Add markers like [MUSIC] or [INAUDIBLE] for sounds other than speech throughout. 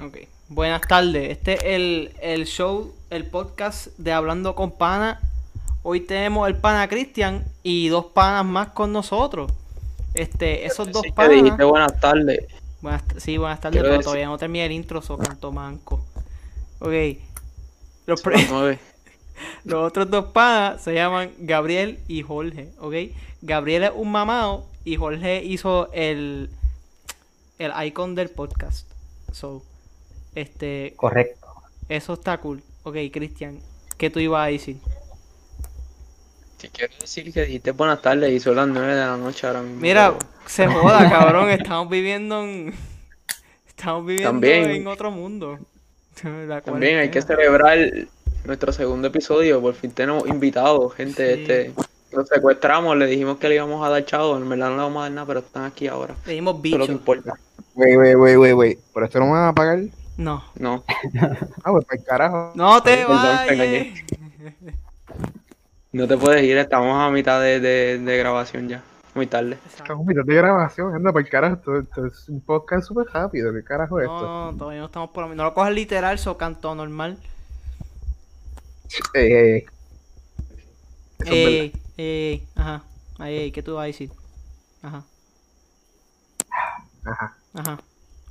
Ok. Buenas tardes. Este es el, el show, el podcast de Hablando con Pana. Hoy tenemos el pana Cristian y dos panas más con nosotros. Este, esos dos Sí, que panas. dijiste buenas tardes. Buenas, t- sí, buenas tardes, Quiero pero decir- todavía no terminé el intro, so canto manco. Ok. Los, Son pre- las nueve. [LAUGHS] los otros dos panas se llaman Gabriel y Jorge, ¿ok? Gabriel es un mamado y Jorge hizo el, el icon del podcast. So, este, Correcto. eso está cool. Ok, Cristian, ¿qué tú ibas a decir? Te quiero decir que dijiste buenas tardes y son las nueve de la noche ahora mismo. Mira, pero- se joda, cabrón, estamos viviendo en... Estamos viviendo También. en otro mundo. [LAUGHS] La También hay que cuarentena. celebrar nuestro segundo episodio. Por fin tenemos invitados, gente. Sí. Este, los secuestramos, le dijimos que le íbamos a dar chavo. En verdad no le vamos a dar nada, pero están aquí ahora. Le dimos Eso es lo bicho. que importa. Wey, wey, wey, wey, wey. Pero esto no me van a pagar. No. No. Ah, pues para el carajo. No te Perdón, te vayas. engañé. No te puedes ir, estamos a mitad de, de- de grabación ya. Muy tarde. Estamos en mitad de grabación, anda para el carajo. Esto, esto es un podcast súper rápido. ¿Qué carajo es esto? No, no, todavía no estamos por la mi- No lo cojas literal, so canto normal. Ey, ey, ey. Eso es Ey, ey, ey, ajá. Ay, ey, ¿qué tú vas a decir? Ajá, verdad. Ajá. ajá.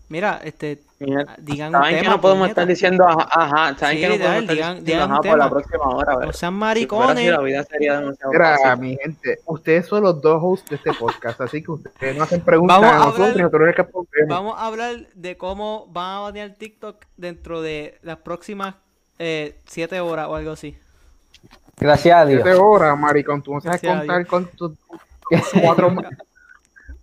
Mira, este, Mira, digan un Saben tema. que no podemos puñeta. estar diciendo ajá, ajá. Saben Sí, que no podemos dale, estar digan- diciendo digan un ajá por la tema. próxima hora. No sean ¿verdad? Si fuera así, maricones. la vida sería demasiado Mira, fácil. mi gente, ustedes son los dos hosts de este podcast, así que ustedes no hacen preguntas Vamos a a nosotros, hablar- nosotros no les respondemos. Vamos a hablar de cómo van a banear TikTok dentro de las próximas 7 horas o algo así. Gracias a Siete Dios. horas, maricón, tú no sabes Gracias a contar Dios. con tus [LAUGHS] cuatro, ma-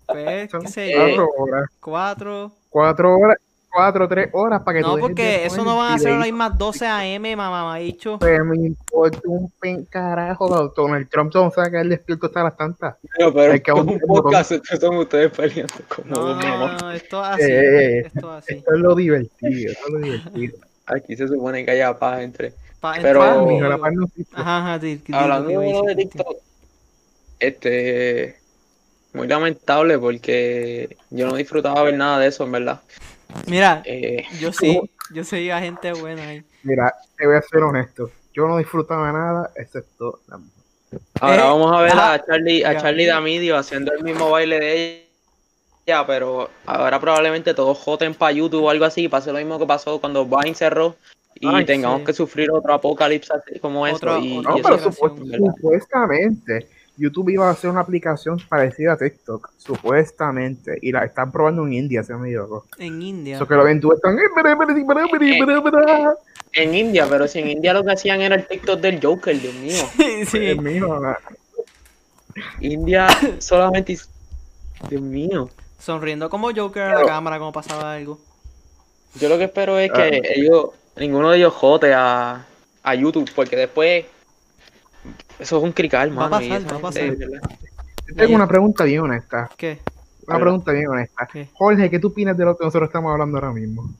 Pues, son qué sé yo, cuatro horas, cuatro. cuatro horas, cuatro, tres horas para que tú No, dejes porque de eso poner no van a ser a las videíto. mismas 12 AM, mamá, dicho. Pues me importa un pen carajo, Donald Trump se va a sacar el despierto hasta las tantas. Pero, pero Hay que como abrir un el botón. podcast, entonces son ustedes peleando como No, dos no, mamás. no, esto es así. Eh, eh, Esto es así. Esto es lo divertido, esto es lo divertido. Aquí se supone que haya paz entre. Pa- Pero- entra- Ah, mijo, la paz no existe. Ajá, ajá, di- di- Hablando di- di- di- de di- TikTok, este. Muy lamentable porque yo no disfrutaba ver nada de eso, en verdad. Mira, Eh, yo sí, yo sí a gente buena ahí. Mira, te voy a ser honesto. Yo no disfrutaba nada excepto la mujer. ahora Eh, vamos a ver ajá. a Charlie, Ya. a Charlie D'Amidio haciendo el mismo baile de ella, pero ahora probablemente todos joten para YouTube o algo así, y pase lo mismo que pasó cuando Vine cerró y Ay, tengamos sí. que sufrir otro apocalipsis así como eso. Otro- y, otro No, y eso pero que- aplicación, supuest- ¿verdad? supuestamente YouTube iba a hacer una aplicación parecida a TikTok, supuestamente, y la están probando en India, se me dio. En India. Eso que lo ven tú están. "Eh, mira, mira, mira, mira, mira, mira". En India, pero si en India lo que hacían era el TikTok del Joker, Dios mío. Sí, [LAUGHS] sí. Dios mío, Pues, la- [COUGHS] India solamente. hizo- Dios mío. Sonriendo como Joker a la Pero- cámara como pasaba algo. Yo lo que espero es que Ah. ellos, ninguno de ellos jote a, a YouTube, porque después. Eso es un crical, Va a mano. y pasar, esa va a gente, ¿verdad? Yo Tengo una pregunta bien honesta. ¿Qué? Una pregunta bien honesta. ¿Qué? Jorge, ¿qué tú opinas de lo que nosotros estamos hablando ahora mismo?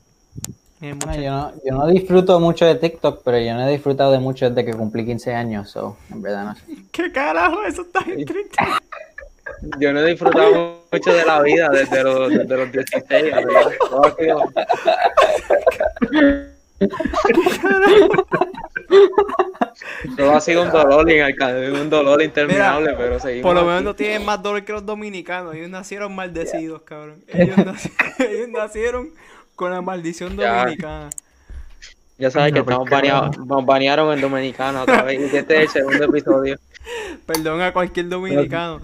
Eh, No, mucha- yo, no, yo no disfruto mucho de TikTok, pero yo no he disfrutado de mucho desde que cumplí 15 años, so, en verdad no sé. ¿Qué carajo? Eso está bien triste. Yo no he disfrutado mucho de la vida desde los, desde los 16, la [LAUGHS] ¿verdad? Todo ha sido- Todo ha sido un dolor, y en alca- un dolor interminable, pero seguimos. Por lo menos aquí. no tienen más dolor que los dominicanos. Ellos nacieron maldecidos, cabrón. [LAUGHS] Ellos, naci- [LAUGHS] ellos nacieron con la maldición Ya. dominicana. Ya sabes que No, pues, estamos qué baneados, nos banearon en Dominicana otra vez. Y este es el segundo episodio. Perdón a cualquier dominicano.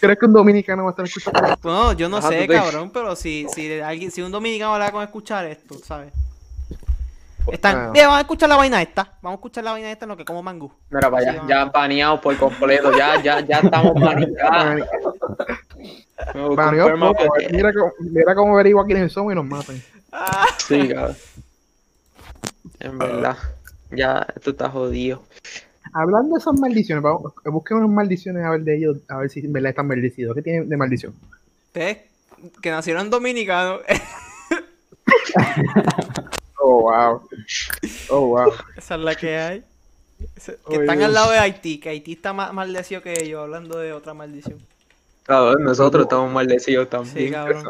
¿Crees que un dominicano va a estar escuchando? esto? [LAUGHS] Bueno, yo no Ajá, sé, tú te- cabrón, pero si, si alguien, si un dominicano le con escuchar esto, ¿sabes? Están, Ah. "Mira, vamos a escuchar la vaina esta, vamos a escuchar la vaina esta en lo que como mangú. Mira, para Sí, allá, ya baneados por completo. Ya, ya, ya estamos baneados. Me busco un Baneó perma poco, eh, porque- mira, cómo- mira cómo averigua quiénes son y nos matan. Sí, cabrón. En verdad. Ya, esto está jodido. Hablando de esas maldiciones, vamos, busquen unas maldiciones a ver de ellos, a ver si en verdad están maldecidos. ¿Qué tienen de maldición? Ustedes que nacieron dominicanos, [LAUGHS] Oh, wow. Oh, wow. esa es la que hay. Esa- Que Ay, están Dios. al lado de Haití, que Haití está más maldecido que ellos, hablando de otra maldición. Cabrón, nosotros estamos maldecidos Sí, también. cabrón.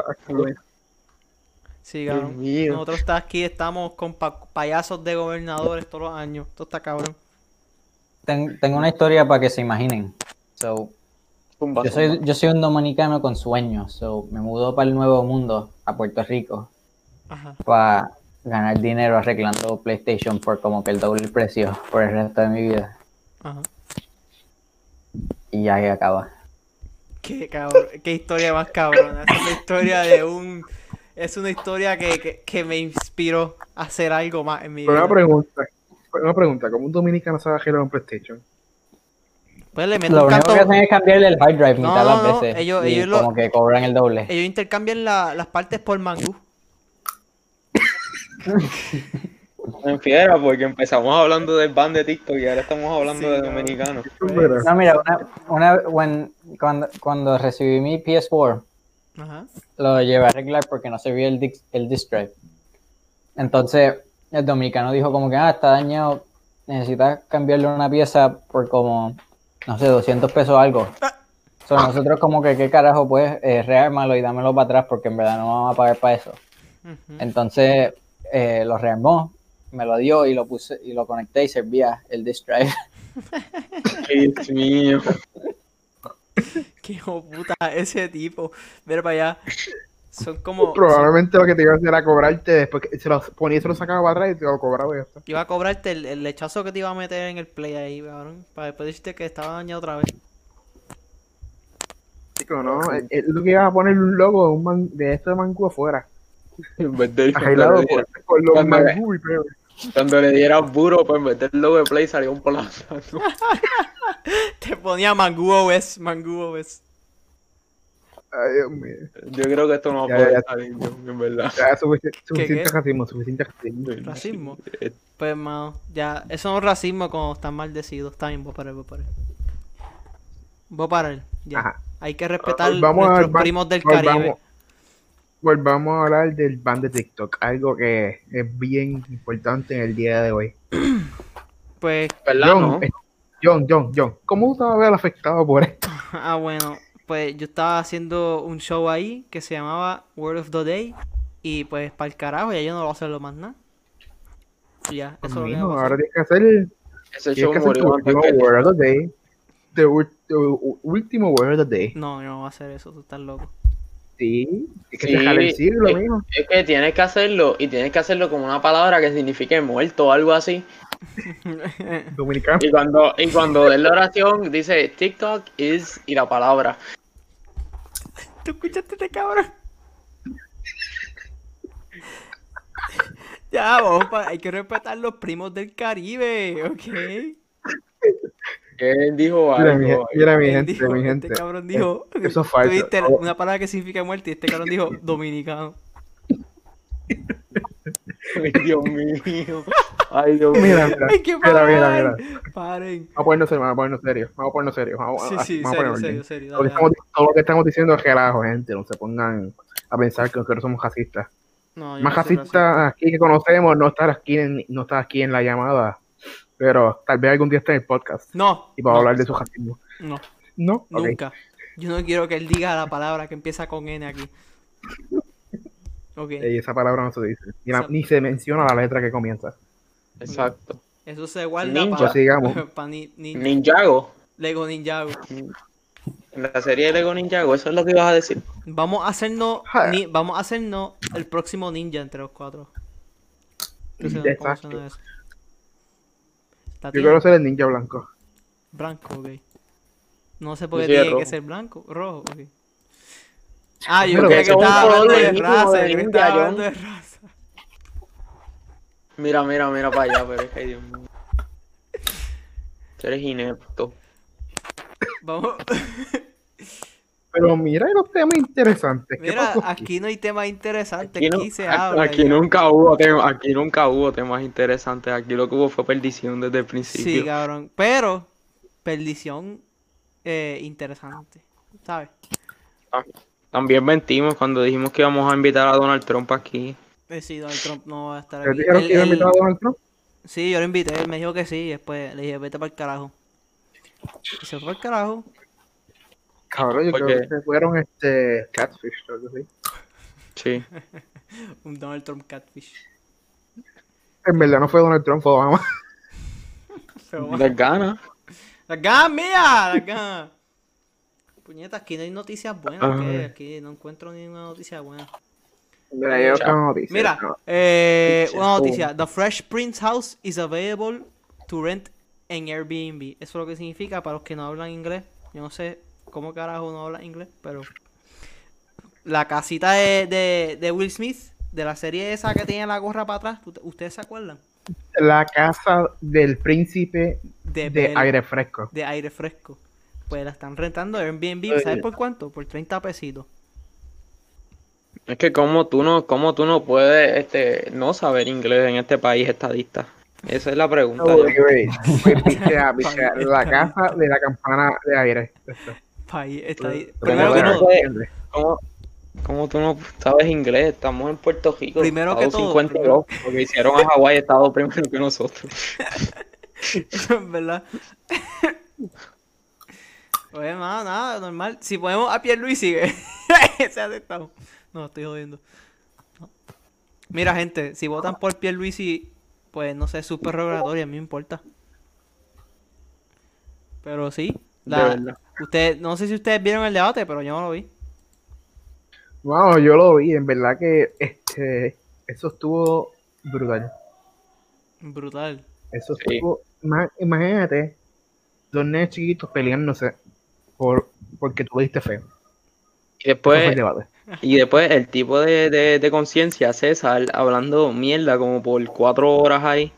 Sí, Dios cabrón. mío. Nosotros está aquí estamos con pa- payasos de gobernadores todos los años. Esto está cabrón. Ten- tengo una historia para que se imaginen. So, Zumba, zumba. yo, soy, yo soy un dominicano con sueños. So, me mudó para el Nuevo Mundo, a Puerto Rico, Ajá. para ganar dinero arreglando PlayStation por como que el doble precio por el resto de mi vida. Ajá. Y ahí acaba. Qué cabrón, qué historia más cabrona. Es una historia de un. Es una historia que, que, que me inspiró a hacer algo más en mi [LAUGHS] Pero vida. una pregunta. Una pregunta, ¿cómo un dominicano sabe arreglar un PlayStation? Pues le meto Lo un único canto. que hacen es cambiarle el hard drive No, mitad de las no, no, veces. ellos- y ellos lo- como que cobran el doble. Ellos intercambian la- las partes por mangú. En fiera, porque empezamos hablando del ban de TikTok y ahora estamos hablando Sí, de cabrón. dominicanos. Es verdad. No, mira, una, una- when- cuando, cuando recibí mi PS4, Ajá. lo llevé a arreglar porque no servía el, dis- el disk drive. Entonces, el dominicano dijo como que, ah, está dañado, necesitas cambiarle una pieza por como, no sé, 200 pesos o algo. So, nosotros como que, ¿qué carajo? Pues, eh, reármalo y dámelo para atrás porque en verdad no vamos a pagar para eso. Ujú. Entonces, eh, lo rearmó, me lo dio y lo puse y lo conecté y servía el disk drive. Dios mío. Qué hijo de puta ese tipo. Ver para allá. Son como. Pues, Probablemente lo que te iba a hacer era cobrarte después que se lo ponía y se lo sacaba para atrás y te lo cobraba y ya está. Iba a cobrarte el, el lechazo que te iba a meter en el play ahí, cabrón. Para después decirte que estaba dañado otra vez. Chico, no, eh, eh, lo que iba a poner un logo de, un man- de esto de mangú afuera. [LAUGHS] En vez del- Arreglado cuando, le por, por los Cuando- mangú y peor. diera- cuando le diera buro, pues en vez del logo de Play salió un polazo. [LAUGHS] Te ponía Mangú OS, Mangú OS. Ay, Dios mío. Yo creo que esto no va Ya, a poder ya. salir, yo, en verdad. Ya, Ah, sufici- qué? suficiente racismo, suficiente racismo. [LAUGHS] Racismo. Eh, Pues, mano, ya. Eso no es racismo cuando están maldecidos. Está bien, voy a parar, voy a parar. Voy a parar, ya. Ajá. Ah, Hay que respetar a Vamos a- nuestros va- primos del volvamos- Caribe. Volvamos a hablar del ban de TikTok, algo que es bien importante en el día de hoy. Pues, [LAUGHS] ¿Verdad, John, no? eh, John, John, John, ¿cómo te vas a ver afectado por esto? ah, bueno. Pues yo estaba haciendo un show ahí que se llamaba Word of the Day. Y pues, para el carajo, ya yo no voy a hacerlo más nada. Y Ya, eso es lo que Mijo, me pasó. ahora tienes que hacer, Ese show tienes que hacer tu murió antes último que- Word of the Day. Tu ul- tu último Word of the Day. No, yo no voy a hacer eso, tú estás loco. Sí, es que Sí, se jala el siglo, eh, mijo. Es que tienes que hacerlo y tienes que hacerlo con una palabra que signifique muerto o algo así. Dominicano. Y cuando, y cuando des la oración, dice TikTok is y la palabra. ¿Tú escuchaste este cabrón? ya, vamos, pa- hay que respetar los primos del Caribe, ¿ok? Que él dijo Mira, mi, algo. mira, mi Él gente, dijo- mi gente. Este cabrón dijo. eso es falso. tú viste Oh. una palabra que significa muerte y este cabrón [LAUGHS] dijo dominicano. Ay, [LAUGHS] Dios mío. Ay, Dios mío. Mira, mira, Hay que mira, mira, parar. mira. Paren. Vamos a ponernos serios, vamos a ponernos serios, vamos a ponernos serios. Vamos, Sí, a- ah, sí, vamos a serio, ponernos serio, serios. serio. Lo que dale, estamos- dale. todo lo que estamos diciendo es relajo, gente. No se pongan a pensar que nosotros somos racistas. No, yo Más no soy racista aquí que conocemos no está aquí en, no está aquí en la llamada. Pero tal vez algún día esté en el podcast No, y va a no, hablar de su racismo. no, No, Ok. nunca. Yo no quiero que él diga la palabra que empieza con N aquí. Ok. Eh, esa palabra no se dice. Ni, la- Esa- ni se menciona la letra que comienza. Exacto. Eso se guarda Ninja. para, Pues [LAUGHS] sigamos. para ni- ni- Ninjago. Lego Ninjago. En la serie de Lego Ninjago, eso es lo que ibas a decir. Vamos a hacernos Ja. ni- vamos a hacernos el próximo ninja entre los cuatro. Yo sé cómo Exacto. suena eso. ¿La Yo tiene? quiero ser el ninja blanco. Blanco, ok. No sé por Yo qué soy el tiene que rojo. ser blanco, rojo, ok. Ah, yo Pero creía es que un estaba color hablando de legítimo raza, de yo que ninja, estaba John. hablando de raza. Mira, mira, mira para allá, pero es que Dios mío. Tú eres inepto. [LAUGHS] Vamos. Pero mira los temas interesantes. [LAUGHS] ¿Qué Mira, pasó aquí? aquí no hay tema interesante, Aquí, aquí, no- se a- habla. aquí ya. nunca hubo tema- aquí nunca hubo temas interesantes. Aquí lo que hubo fue perdición desde el Sí, principio. cabrón. Pero, perdición eh, interesante. ¿Sabes? También mentimos cuando dijimos que íbamos a invitar a Donald Trump aquí. Eh, sí, Donald Trump no va a estar ¿Te aquí. dijeron Él- que iba a él- invitar a Donald Trump? Sí, yo lo invité, él me dijo que sí, y después le dije, vete para el carajo. Y se fue al carajo. Cabrón, yo ¿Por creo qué? que se fueron este, catfish o algo así. Sí. Un Donald Trump catfish. [LAUGHS] En verdad no fue Donald Trump, fue Obama. Pero bueno. Las ganas. ¡Las ganas, mía! ¡Las ganas! Puñetas, aquí no hay noticias buenas. ¿qué? Ay. Aquí no encuentro ninguna noticia buena. [LAUGHS] En verdad, yo Chao. busco noticias, Mira, no. eh, Pinche una noticia. The Fresh Prince House is available to rent en Airbnb. Eso es lo que significa para los que no hablan inglés. Yo no sé cómo carajo no hablan inglés, pero... La casita de, de- de Will Smith, de la serie esa que tiene la gorra para atrás, ¿tú te- ¿ustedes se acuerdan? La casa del príncipe De, de Bel- aire fresco. de aire fresco. Pues la están rentando Airbnb, ¿sabes por cuánto? Por 30 pesitos. Es que como tú no, cómo tú no puedes este, no saber inglés en este país estadista. Esa es la pregunta. No, yo. wait, wait. Wait, pichea, [LAUGHS] pichea. ah, La casa de la campana de aire. Esto. País, está ahí. Primero Primero que bueno. todo, ¿Cómo, cómo tú no sabes inglés? Estamos en Puerto Rico. Primero que estado todo, 52, porque hicieron a Hawái estado primero que nosotros. en [LAUGHS] ¿verdad? Pues nada, nada, normal. Si ponemos a Pierluisi, [LAUGHS] sigue. se aceptamos. No, estoy jodiendo. No. Mira, gente, si votan por Pierluisi, pues no sé, es súper regulatoria, a mí me importa. Pero sí, De la- verdad. ustedes, no sé si ustedes vieron el debate, pero yo no lo vi. Wow, yo lo vi, en verdad que este, eso estuvo brutal. Brutal. Eso Sí. estuvo. ima- Imagínate, dos nenes chiquitos peleándose por, porque tú le diste feo. Eso Y fue el después, debate. y después el tipo de, de, de conciencia, César, hablando mierda como por cuatro horas ahí.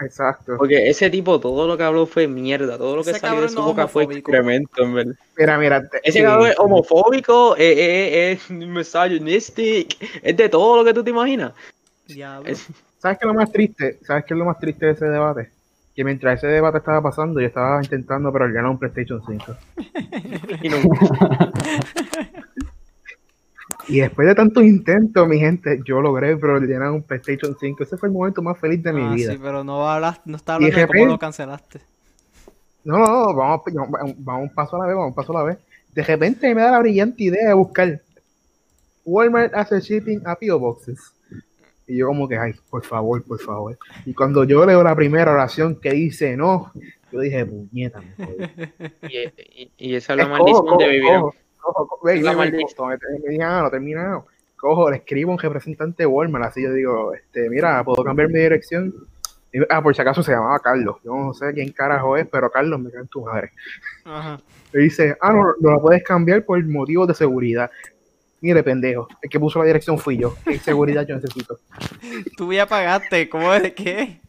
Exacto. Porque ese tipo, todo lo que habló fue mierda. Todo lo que Ese salió cabrón de su no es boca fue homofóbico. excremento, en verdad. Mira, mira. te- Ese sí, cabrón es sí. homofóbico, es eh, eh, eh, misogynistic, es de todo lo que tú te imaginas. Diablo. Es- ¿Sabes qué es lo más triste? ¿Sabes qué es lo más triste de ese debate? Que mientras ese debate estaba pasando, yo estaba intentando pero ganar un PlayStation 5. Y no, [LAUGHS] Y después de tantos intentos, mi gente, yo logré ganar un PlayStation 5. Ese fue el momento más feliz de mi Ah, vida. sí, pero no hablas, no está Y hablando de cómo repente- lo cancelaste. No, no, no, vamos, vamos, vamos un paso a la vez, vamos un paso a la vez. De repente me da la brillante idea de buscar Walmart hace shipping a P.O. Boxes. Y yo como que, ay, por favor, por favor. Y cuando yo leo la primera oración que dice no, yo dije, puñeta. me jodí". y, y- y esa es Es la cojo, maldición de cojo, vivir. en- cojo, cojo, cojo. Ve, Es la ve, ve, maldición. cojo, me- me dije, ah, no terminado. Cojo, le escribo a un representante de Walmart, así yo digo, este, mira, ¿puedo cambiar mi dirección? Y- ah, por si acaso se llamaba Carlos. Yo no sé quién carajo es, pero Carlos me cae en tu madre. Ajá. Le dice, ah, no, no la puedes cambiar por motivos de seguridad. Mire, pendejo, el que puso la dirección fui yo. ¿Qué seguridad yo necesito? Tú ya pagaste, ¿cómo es qué?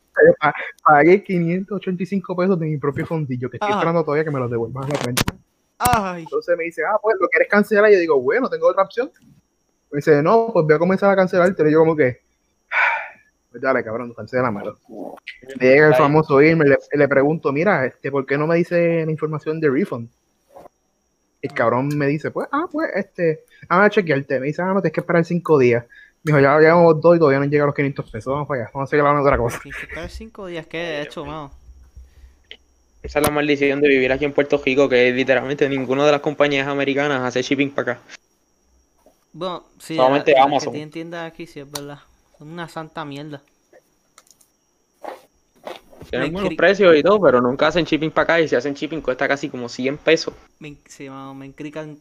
Pagué 585 pesos de mi propio fondillo, que estoy Ah. esperando todavía que me los devuelvan a la cuenta. Ay, Entonces me dice, ah, pues lo quieres cancelar. Y yo digo, bueno, tengo otra opción. Me dice, no, pues voy a comenzar a cancelarte. Y yo, como que, [SIGHS] pues dale, cabrón, cancela malo. Llega el Ay, famoso irme, le, le pregunto, mira, este, ¿por qué no me dice la información de refund? El cabrón me dice, pues, ah, pues, este, vamos a chequearte. Me dice, ah, no, tienes que esperar cinco días. Me dijo, ya llevamos dos y todavía no llega a los 500 pesos, vamos para allá, vamos a seguir hablando de otra [LAUGHS] cosa. tienes que esperar cinco días, ¿qué he hecho, mano? Esa es la maldición de vivir aquí en Puerto Rico, que literalmente ninguna de las compañías americanas hace shipping para acá. Bueno, sí, Solamente la- la Amazon. que tienen tiendas aquí, sí, es verdad. Son una santa mierda. Tienen Me buenos cri- precios y todo, pero nunca hacen shipping para acá y si hacen shipping cuesta casi como 100 pesos. Me, en- sí, mano, me encrican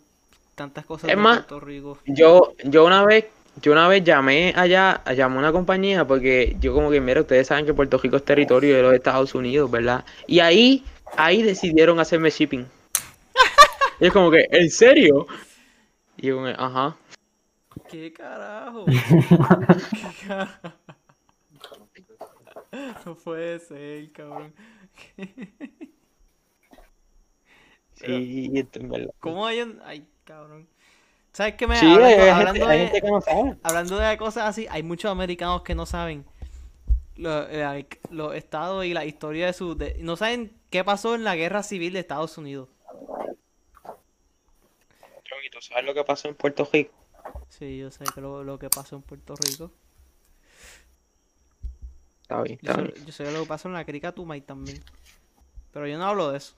tantas cosas de Es más- Puerto Rico. Yo, yo una vez, yo una vez llamé allá, llamé a una compañía porque yo como que, mira, ustedes saben que Puerto Rico es territorio de los Estados Unidos, ¿verdad? Y ahí, ahí decidieron hacerme shipping. [LAUGHS] Y es como que, ¿en serio? Y yo como que, ajá. ¿Qué [LAUGHS] carajo? [LAUGHS] ¿Qué carajo? No puede ser, cabrón. [LAUGHS] Sí, esto es verdad. ¿Cómo hay un... Ay, cabrón. ¿Sabes qué me Sí, hablando, hay, gente- hablando hay de- gente que no sabe. hablando de cosas así, hay muchos americanos que no saben lo- eh, like, los estados y la historia de su... de- no saben qué pasó en la guerra civil de Estados Unidos. Chongi, ¿tú sabes lo que pasó en Puerto Rico? Sí, yo sé que lo, lo que pasó en Puerto Rico. Está bien, Yo está sé, bien. yo sé lo que pasó en la crica Tumay también. Pero yo no hablo de eso.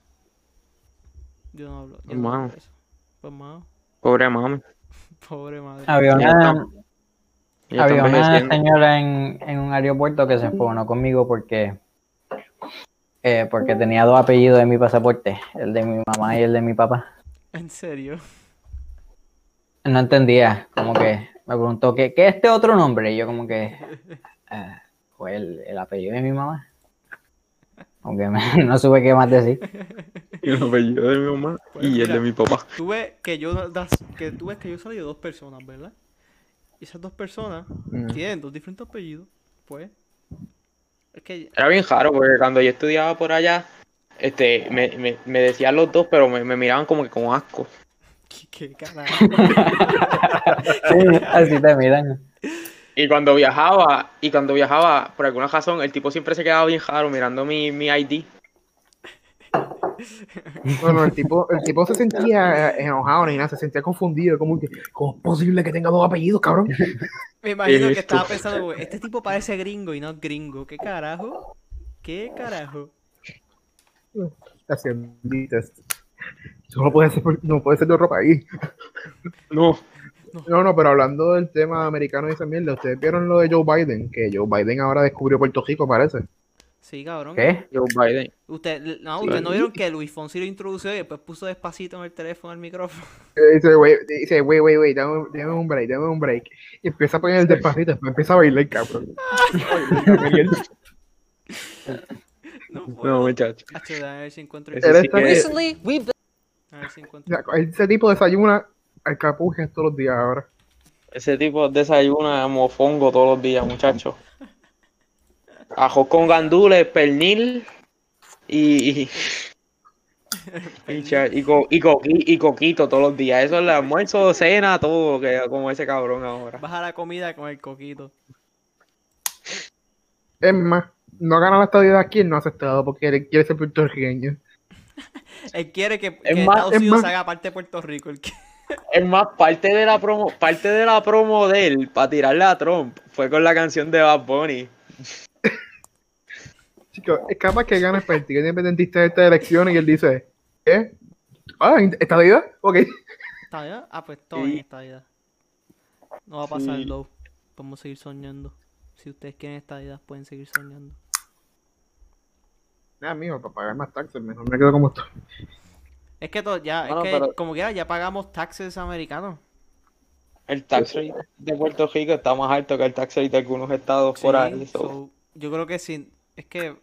Yo no hablo, yo no hablo Hermano. de eso. Pues mano, Pobre mami. [LAUGHS] [LAUGHS] pobre madre. Había Ya una, Ella está Había una envejeciendo. señora en, en un aeropuerto que se enfogonó conmigo porque, eh, porque tenía dos apellidos en mi pasaporte, el de mi mamá y el de mi papá. En serio. No entendía, como que me preguntó, ¿qué, qué es este otro nombre? Y yo como que, ah, fue el, el apellido de mi mamá. Aunque me- [LAUGHS] no supe qué más decir. Y el apellido de mi mamá Pues y el mira. de mi papá. Tú ves que yo das, que tú ves que yo salí de dos personas, ¿verdad? Y esas dos personas Mm. tienen dos diferentes apellidos, pues. Es que Era bien raro porque cuando yo estudiaba por allá, este, me, me, me decían los dos, pero me, me miraban como que con asco. qué, qué carajo. Sí, así te miran. Y cuando viajaba, y cuando viajaba, por alguna razón, el tipo siempre se quedaba bien raro mirando mi, mi ID. No, no, el tipo, el tipo se sentía eh, enojado ni nada, se sentía confundido, como que, ¿cómo es posible que tenga dos apellidos, cabrón? Me imagino que esto? estaba pensando, "Güey, este tipo parece gringo y no es gringo. ¿Qué carajo? ¿Qué carajo? Hacienditas. Eso no puede ser, por- no puede ser de otro país. No. No, no, pero hablando del tema americano y esa mierda, ustedes vieron lo de Joe Biden, que Joe Biden ahora descubrió Puerto Rico, parece. Sí, cabrón. ¿Qué? Joe Biden. Usted, no, ustedes no vieron que Luis Fonsi lo introdució y después puso despacito en el teléfono al micrófono. [LAUGHS] Eh, Dice, güey, dice, güey, güey, güey, dame, dame un break, dame un break. Y empieza a poner el despacito, después empieza a bailar, cabrón. No, No, puedo. muchacho. Hacho, déjame ver si encuentro. Ese Él sí está- que- Recently, we've been A ver si O encuentro. sea, Ese tipo desayuna al capuje todos los días ahora. Ese tipo desayuna mofongo todos los días, muchachos. Ajo con gandules, pernil y. y- Y, cha- y, co- y coqui- y coquito todos los días. Eso es el almuerzo, cena, todo lo que como ese cabrón ahora. Baja la comida con el coquito. Es más, no gana la estadía aquí, él no hace estado porque él quiere ser puertorriqueño. Él quiere que, que Es más- Estados es Unidos más- se haga parte de Puerto Rico. Él que- Es más, parte de la promo, parte de la promo de él para tirarle a Trump fue con la canción de Bad Bunny. Chico, es capaz que gana el Partido Independentista de esta elección y él dice, ¿qué? Ah, ¿estadía? Ok. ¿Está bien? Ah, pues todo bien, Sí. está bien. No va a pasar Sí. low. Podemos seguir soñando. Si ustedes quieren esta edad, pueden seguir soñando. Nada, mijo, para pagar más taxes, mejor me quedo como estoy. Es que todo, ya, Bueno, es que pero- como quiera, ya pagamos taxes americanos. El tax rate de Puerto Rico está más alto que el tax rate de algunos estados por Sí, ahí. so, so, yo creo que sí. Es que.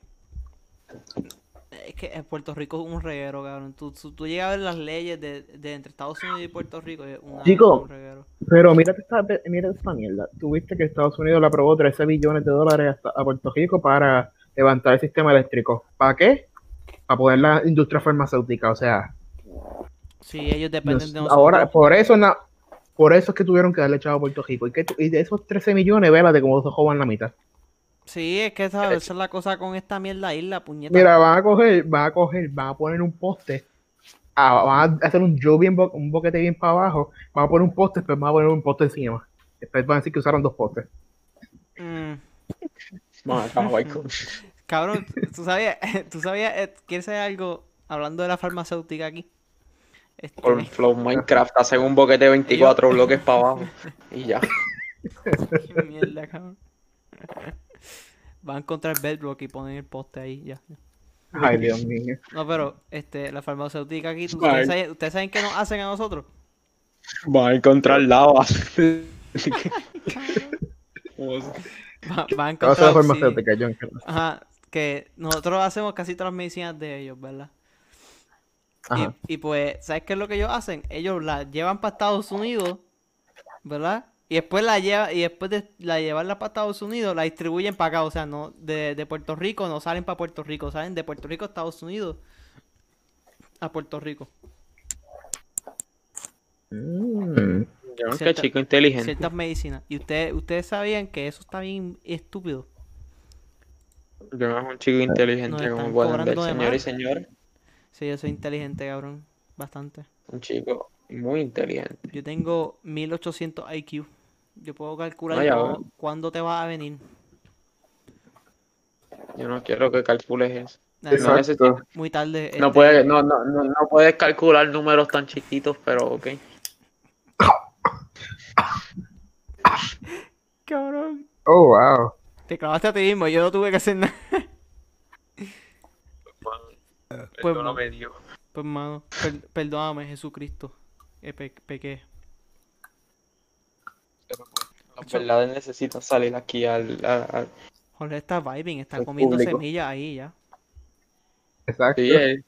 Es que en Puerto Rico es un reguero, cabrón. Tú, tú, tú llegas a ver las leyes de, de entre Estados Unidos y Puerto Rico. Es una- Chico. un reguero. Pero mírate esta, mírate esta mierda. Tuviste que Estados Unidos le aprobó 13 billones de dólares hasta- a Puerto Rico para levantar el sistema eléctrico. ¿Para qué? Para poder la industria farmacéutica. O sea, Sí, ellos dependen los- de nosotros. ahora, por eso na- por eso es que tuvieron que darle chavo a Puerto Rico. Y, que, tu- y de esos 13 millones, vélate cómo se jodan la mitad. Sí, es que Eh, ¿sabes? esa es la cosa con esta mierda isla, puñeta. Mira, van a coger, van a coger, van a poner un poste. ah, van a hacer un yo bien, bo- un boquete bien para abajo. Van a poner un poste, después van a poner un poste encima. Después van a decir que usaron dos postes. Mm, más abajo hay [LAUGHS] con- cabrón, tú sabías, [LAUGHS] tú sabías, eh, ¿quieres saber algo hablando de la farmacéutica aquí? Este, Con Flow Minecraft hacen un boquete de 24 bloques para abajo. Y ya. [LAUGHS] qué mierda, cabrón. [LAUGHS] Van a encontrar Bedrock y ponen el poste ahí, ya. ya. Ay, Dios mío. No, pero, este, la farmacéutica aquí, ¿tú- Vale. ¿ustedes saben, ¿ustedes saben qué nos hacen a nosotros? Van a encontrar [LAUGHS] lava. Va- Van a Te vas a encontrar la obsidian. farmacéutica, John. que- Ajá, que nosotros hacemos casi todas las medicinas de ellos, ¿verdad? Y- Ajá. Y, pues, ¿sabes qué es lo que ellos hacen? Ellos la llevan para Estados Unidos, ¿verdad? Y después la lleva, y después de la llevarla para Estados Unidos, la distribuyen para acá. O sea, no, de, de Puerto Rico no salen para Puerto Rico, salen de Puerto Rico a Estados Unidos a Puerto Rico. Mm. Yo no, qué Cierta- chico inteligente. Ciertas medicinas. Y ustedes, ustedes sabían que eso está bien estúpido. Yo no es un chico Nos inteligente, están como pueden ver, cobrando de señores y más. señores. Sí, yo soy inteligente, cabrón. Bastante. Un chico muy inteligente. Yo tengo 1800 IQ. Yo puedo calcular Ah, ya cómo- veo. cuándo te vas a venir. Yo no quiero que calcules eso. Ah, No, no, Exacto. necesito- Muy tarde. no este, puedes, no, no, no, no puedes calcular números tan chiquitos, pero ok. cabrón. Oh, wow. Te clavaste a ti mismo, yo no tuve que hacer nada. Pues, Perdóname, Dios. pues mano, per- perdóname, Jesucristo. Eh, pe- pequé. Las verdades necesitan salir aquí al. al- al- Jorge está vibing, está Al comiendo público. semillas ahí ya. Exacto. Sí, eh.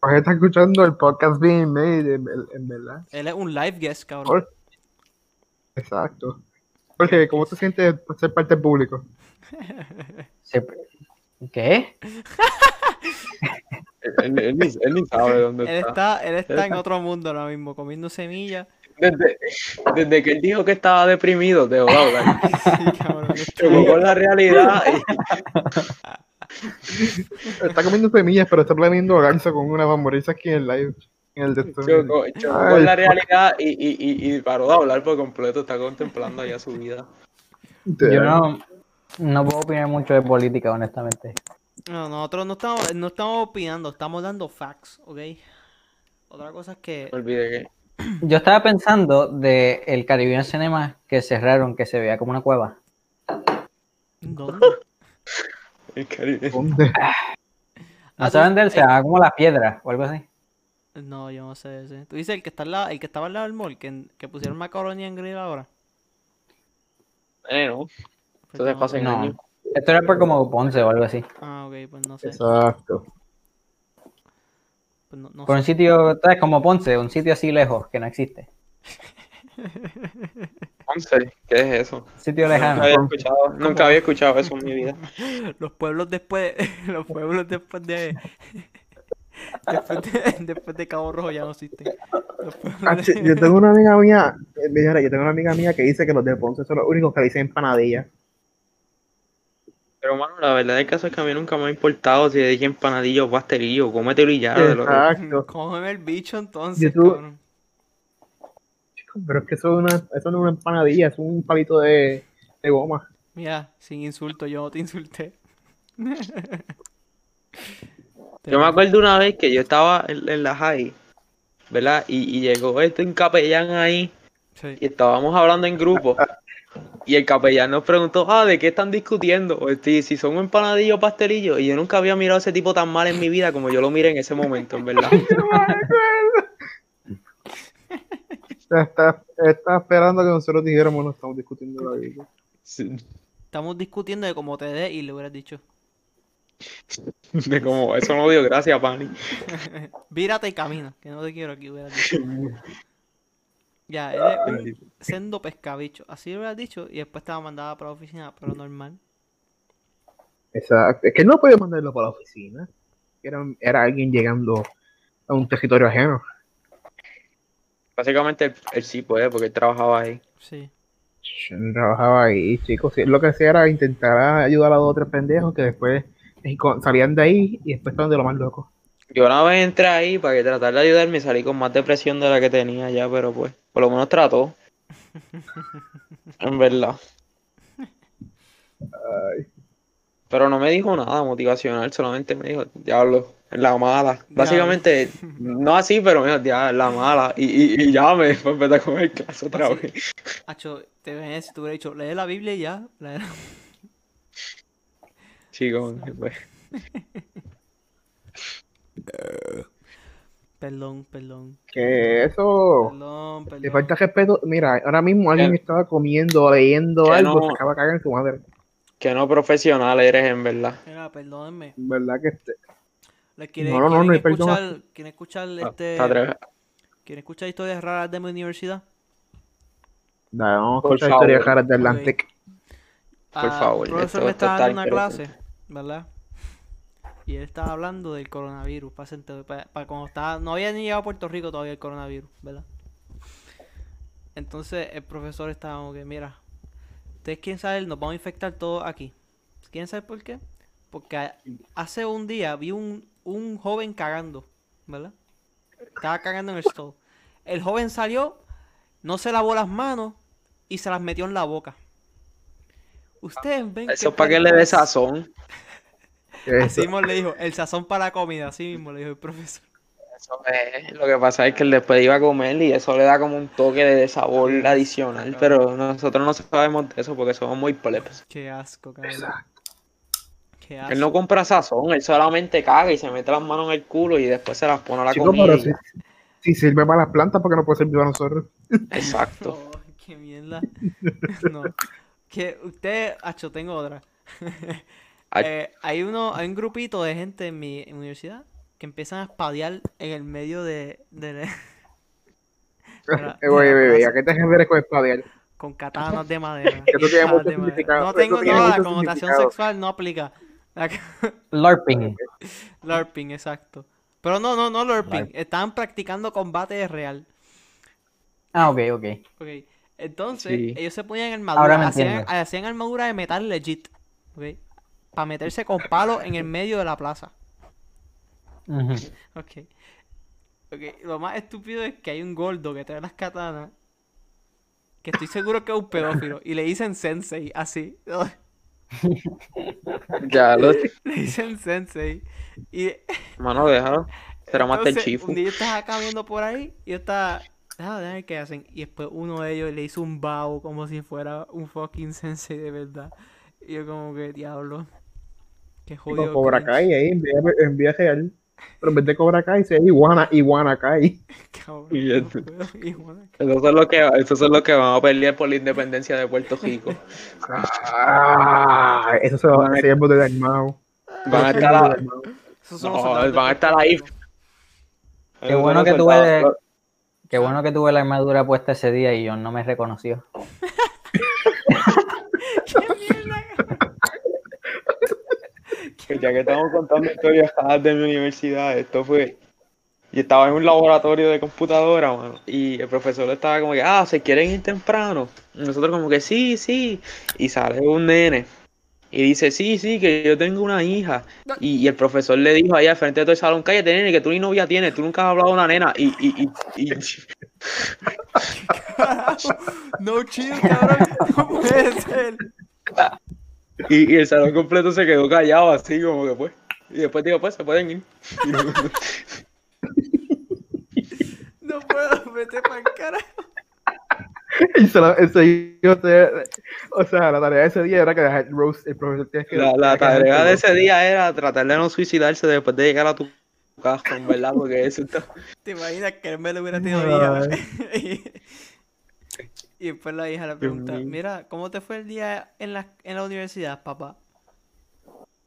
Jorge está escuchando el podcast being made, en, en- en verdad. Él es un live guest, cabrón. [LAUGHS] Jorge. Exacto. Jorge, ¿cómo te sientes de ser parte del público? Se- ¿Qué? Él, él- él ni, él ni [LAUGHS] sabe dónde Él está. está, él está en está- otro mundo ahora mismo, comiendo semillas. [LAUGHS] [LAUGHS] Desde, desde que él dijo que estaba deprimido, dejó de hablar. Sí, cabrón. Chocó con la realidad y Está comiendo semillas, pero está planeando hogarse con una favorita aquí en el live. En el de estos- chocó, chocó Ay, con la fuck. realidad y, y, y, y paró de hablar por completo. Está contemplando ya su vida. Yo no, no puedo opinar mucho de política, honestamente. No, nosotros no estamos, no estamos opinando, estamos dando facts, ¿ok? Otra cosa es que. Me olvidé que. Yo estaba pensando de el Caribbean Cinema que cerraron, que se veía como una cueva. ¿Dónde? el Caribe. ¿Dónde? Ah, No tú- saben del se eh, llama como la piedra o algo así. No, yo no sé ese. Tú dices el que está al lado, el que estaba al lado del mall, que, que pusieron macaroni en grill ahora. Eh, no. Porque Pues Entonces no- pasen No. años. Esto era por como Ponce o algo así. Ah, ok, pues no sé. Exacto. Pues no, no Por un sé. sitio, ¿sabes? Como Ponce, un sitio así lejos que no existe. Once, ¿Qué es eso? Sitio Nunca lejano. había escuchado, nunca había escuchado eso en mi vida. Los pueblos después, [LAUGHS] los pueblos después de, [LAUGHS] después de, [LAUGHS] después de Cabo Rojo ya no existen. Los pueblos de- Ah, yo tengo una amiga mía, eh, mira, yo tengo una amiga mía que dice que los de Ponce son los únicos que le dicen empanadilla. Pero, mano, la verdad del caso es que a mí nunca me ha importado si le dije empanadillo o pastelillo. Cómetelo y ya. Ah, de lo [LAUGHS] que- Exacto. Cógeme el bicho entonces, YouTube. cabrón. Pero es que eso, es una, eso no es una empanadilla, es un palito de, de goma. Mira, sin insulto, yo no te insulté. [LAUGHS] Yo me acuerdo una vez que yo estaba en, en la high, ¿verdad? Y, y llegó este un capellán ahí Sí. y estábamos hablando en grupo. Y el capellán nos preguntó, ah, ¿de qué están discutiendo? O este, si son empanadillo o pastelillo. Y yo nunca había mirado a ese tipo tan mal en mi vida como yo lo miré en ese momento, en verdad. Está, está, está esperando que nosotros dijéramos, no estamos discutiendo la vida. Sí, Estamos discutiendo de cómo te dé y le hubieras dicho, [LAUGHS] De como, eso no dio gracias, Pani. vírate y camina, que no te quiero aquí, hubieras [LAUGHS] dicho. Ya, eres un sendo pescabicho. Así lo hubieras dicho y después te la mandaba para la oficina, pero normal. Exacto. Es que no podía mandarlo para la oficina. Era, era alguien llegando a un territorio ajeno. Básicamente él, él sí puede, porque él trabajaba ahí. Sí. Yo no trabajaba ahí, chicos. Sí, Lo que hacía era intentar ayudar a los otros pendejos que después eh, con- salían de ahí y después estaban de lo más loco. Yo una vez entré ahí para que tratar de ayudarme y salí con más depresión de la que tenía ya, pero pues, por lo menos trató. En verdad. Pero no me dijo nada motivacional, solamente me dijo, diablo, la mala. Básicamente, no así, pero me dijo, "Diablo, la mala. Y, y, y ya me [LAUGHS] fue a empezar con el clase otra Así. vez. Hacho, te ven si te hubiera dicho, lee la Biblia y ya. lee la- Chico, pues, [LAUGHS] Perdón, perdón, Que eso. perdón, Oh, Le perdón. falta respeto. Mira, ahora mismo alguien estaba comiendo o leyendo Que algo, no. se acaba de cagar en su madre. que no profesional eres en verdad. Mira, perdónenme. ¿Verdad que este- Les quiere, No, no, no, quieren no hay perdón. escuchar, quieren escuchar este, Te atreves- quieren escuchar historias raras de mi universidad. No, vamos a Por escuchar favor. historias raras de Atlantic. Por favor, Ah, El profesor esto me esto estaba está dando una interesante. clase, ¿verdad? Y él estaba hablando del coronavirus, para para, cuando estaba, no había ni llegado a Puerto Rico todavía el coronavirus, ¿verdad? Entonces el profesor estaba como que, mira, ustedes quieren saber, nos vamos a infectar todos aquí. ¿Quieren saber por qué? Porque a- hace un día vi un, un joven cagando, ¿verdad? Estaba cagando en el stall. El joven salió, no se lavó las manos y se las metió en la boca. Ustedes ven Eso qué es para que le dé caricaturas- sazón. Así mismo le dijo, el sazón para la comida, así mismo le dijo el profesor. Eso es, Lo que pasa es que él después iba a comer y eso le da como un toque de sabor adicional, pero nosotros no sabemos de eso porque somos muy plebes. Qué asco, cabrón. Exacto. Qué Él asco. no compra sazón, él solamente caga y se mete las manos en el culo y después se las pone a la Chicos, comida. pero si, si sirve para las plantas, porque no puede servir para nosotros? Exacto. [LAUGHS] Oh, qué mierda. no. Que usted, acho, tengo otra. [LAUGHS] Ay. Eh, hay uno, hay un grupito de gente en mi en mi universidad que empiezan a espadear en el medio de, de- [LAUGHS] [LAUGHS] Mira, Eh, [LAUGHS] Oye, mira, bebé, plaza. ¿a qué te refieres con espadear? con katanas de [LAUGHS] madera. Eso tiene espadas mucho de madera. significado, No eso tengo, tiene no, la mucho connotación significado. sexual no aplica. [LAUGHS] La- LARPing. LARPing, exacto. Pero no, no, no LARPing. Larp. Estaban practicando combate real. Ah, ok, ok. Ok. Entonces, Sí. ellos se ponían Ahora armadura, me hacían, entiendo. hacían armadura de metal legit. Ok. Para meterse con palos en el medio de la plaza. Ujú. Ok. Ok. Lo más estúpido es que hay un gordo que trae las katanas. Que estoy seguro que es un pedófilo. Y le dicen sensei, así. [LAUGHS] Ya lo le dicen sensei. Y Mano, déjalo. Será más del Entonces, chifu. Un día yo estaba caminando por ahí y yo estaba. "Ah, Déjame déjame ver qué hacen. Y después uno de ellos le hizo un bao como si fuera un fucking sensei de verdad. Y yo, como que diablo. Qué Con jodido. Cobra cringe, [LAUGHS] Kai, ahí, en vía, en vía real. Pero en vez de Cobra Kai, se dice Iguana, Iguana Kai. [LAUGHS] cabrón, Y este. ya no tú. puedo, [LAUGHS] igual. [LAUGHS] Esos son los que, esos son los que van a pelear por la independencia de Puerto Rico. Ah, eso se va a hacer el bote de armado. Van a estar, a- Esos son los No, soldados de van a estar Puerto ahí. Rico. Qué bueno esos que son los tuve, soldados. qué bueno que tuve la armadura puesta ese día y John no me reconoció. [LAUGHS] ¡Qué mierda! Que Ya que estamos contando historias raras de mi universidad, esto fue. Yo estaba en un laboratorio de computadora, mano, y el profesor estaba como que, ah, ¿se quieren ir temprano? Y nosotros como que, sí, sí. Y sale un nene y dice, sí, sí, que yo tengo una hija. Y, y el profesor le dijo ahí al frente de todo el salón, cállate, nene, que tú ni novia tienes, tú nunca has hablado de una nena. Y, y, y, y- No chill, cabrón. [LAUGHS] No puede ser. Y, y el salón completo se quedó callado, así como que pues. Y después digo, pues se pueden ir. No puedo. Vete para el carajo. [LAUGHS] Y se lo- eso yo sé- o sea, la tarea de ese día era que dejar Rose, el profesor tiene que. La, la tiene que dejar tarea de roast. ese día era tratar de no suicidarse después de llegar a tu casa, en verdad, porque eso está. [LAUGHS] ¿Te imaginas que él me lo hubiera tenido Ay. hija? [LAUGHS] y después la hija le pregunta, mío. mira, ¿cómo te fue el día en la, en la universidad, papá?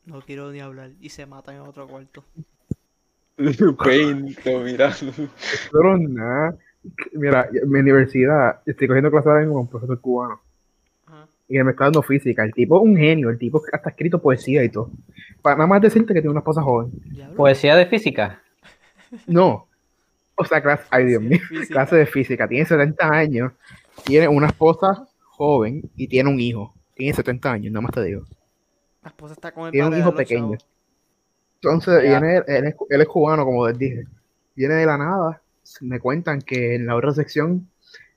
No quiero ni hablar. Y se matan en otro cuarto. Painto, mira. Pero nada. Mira, mi universidad, estoy cogiendo clases ahora mismo con un profesor cubano. Ajá. Y él me está dando física. El tipo es un genio, el tipo hasta ha escrito poesía y todo. Para nada más decirte que tiene una esposa joven. Diablo, Pues, Poesía de física. No. O sea, clase, ay Dios sí, mío, física. clase de física. Tiene 70 años, tiene una esposa joven y tiene un hijo. Tiene 70 años, nada más te digo. La esposa está con el tiene un padre de hijo los pequeño. chavos. Entonces, Ya. viene, él, es, él es cubano, como les dije. Viene de la nada. Me cuentan que en la otra sección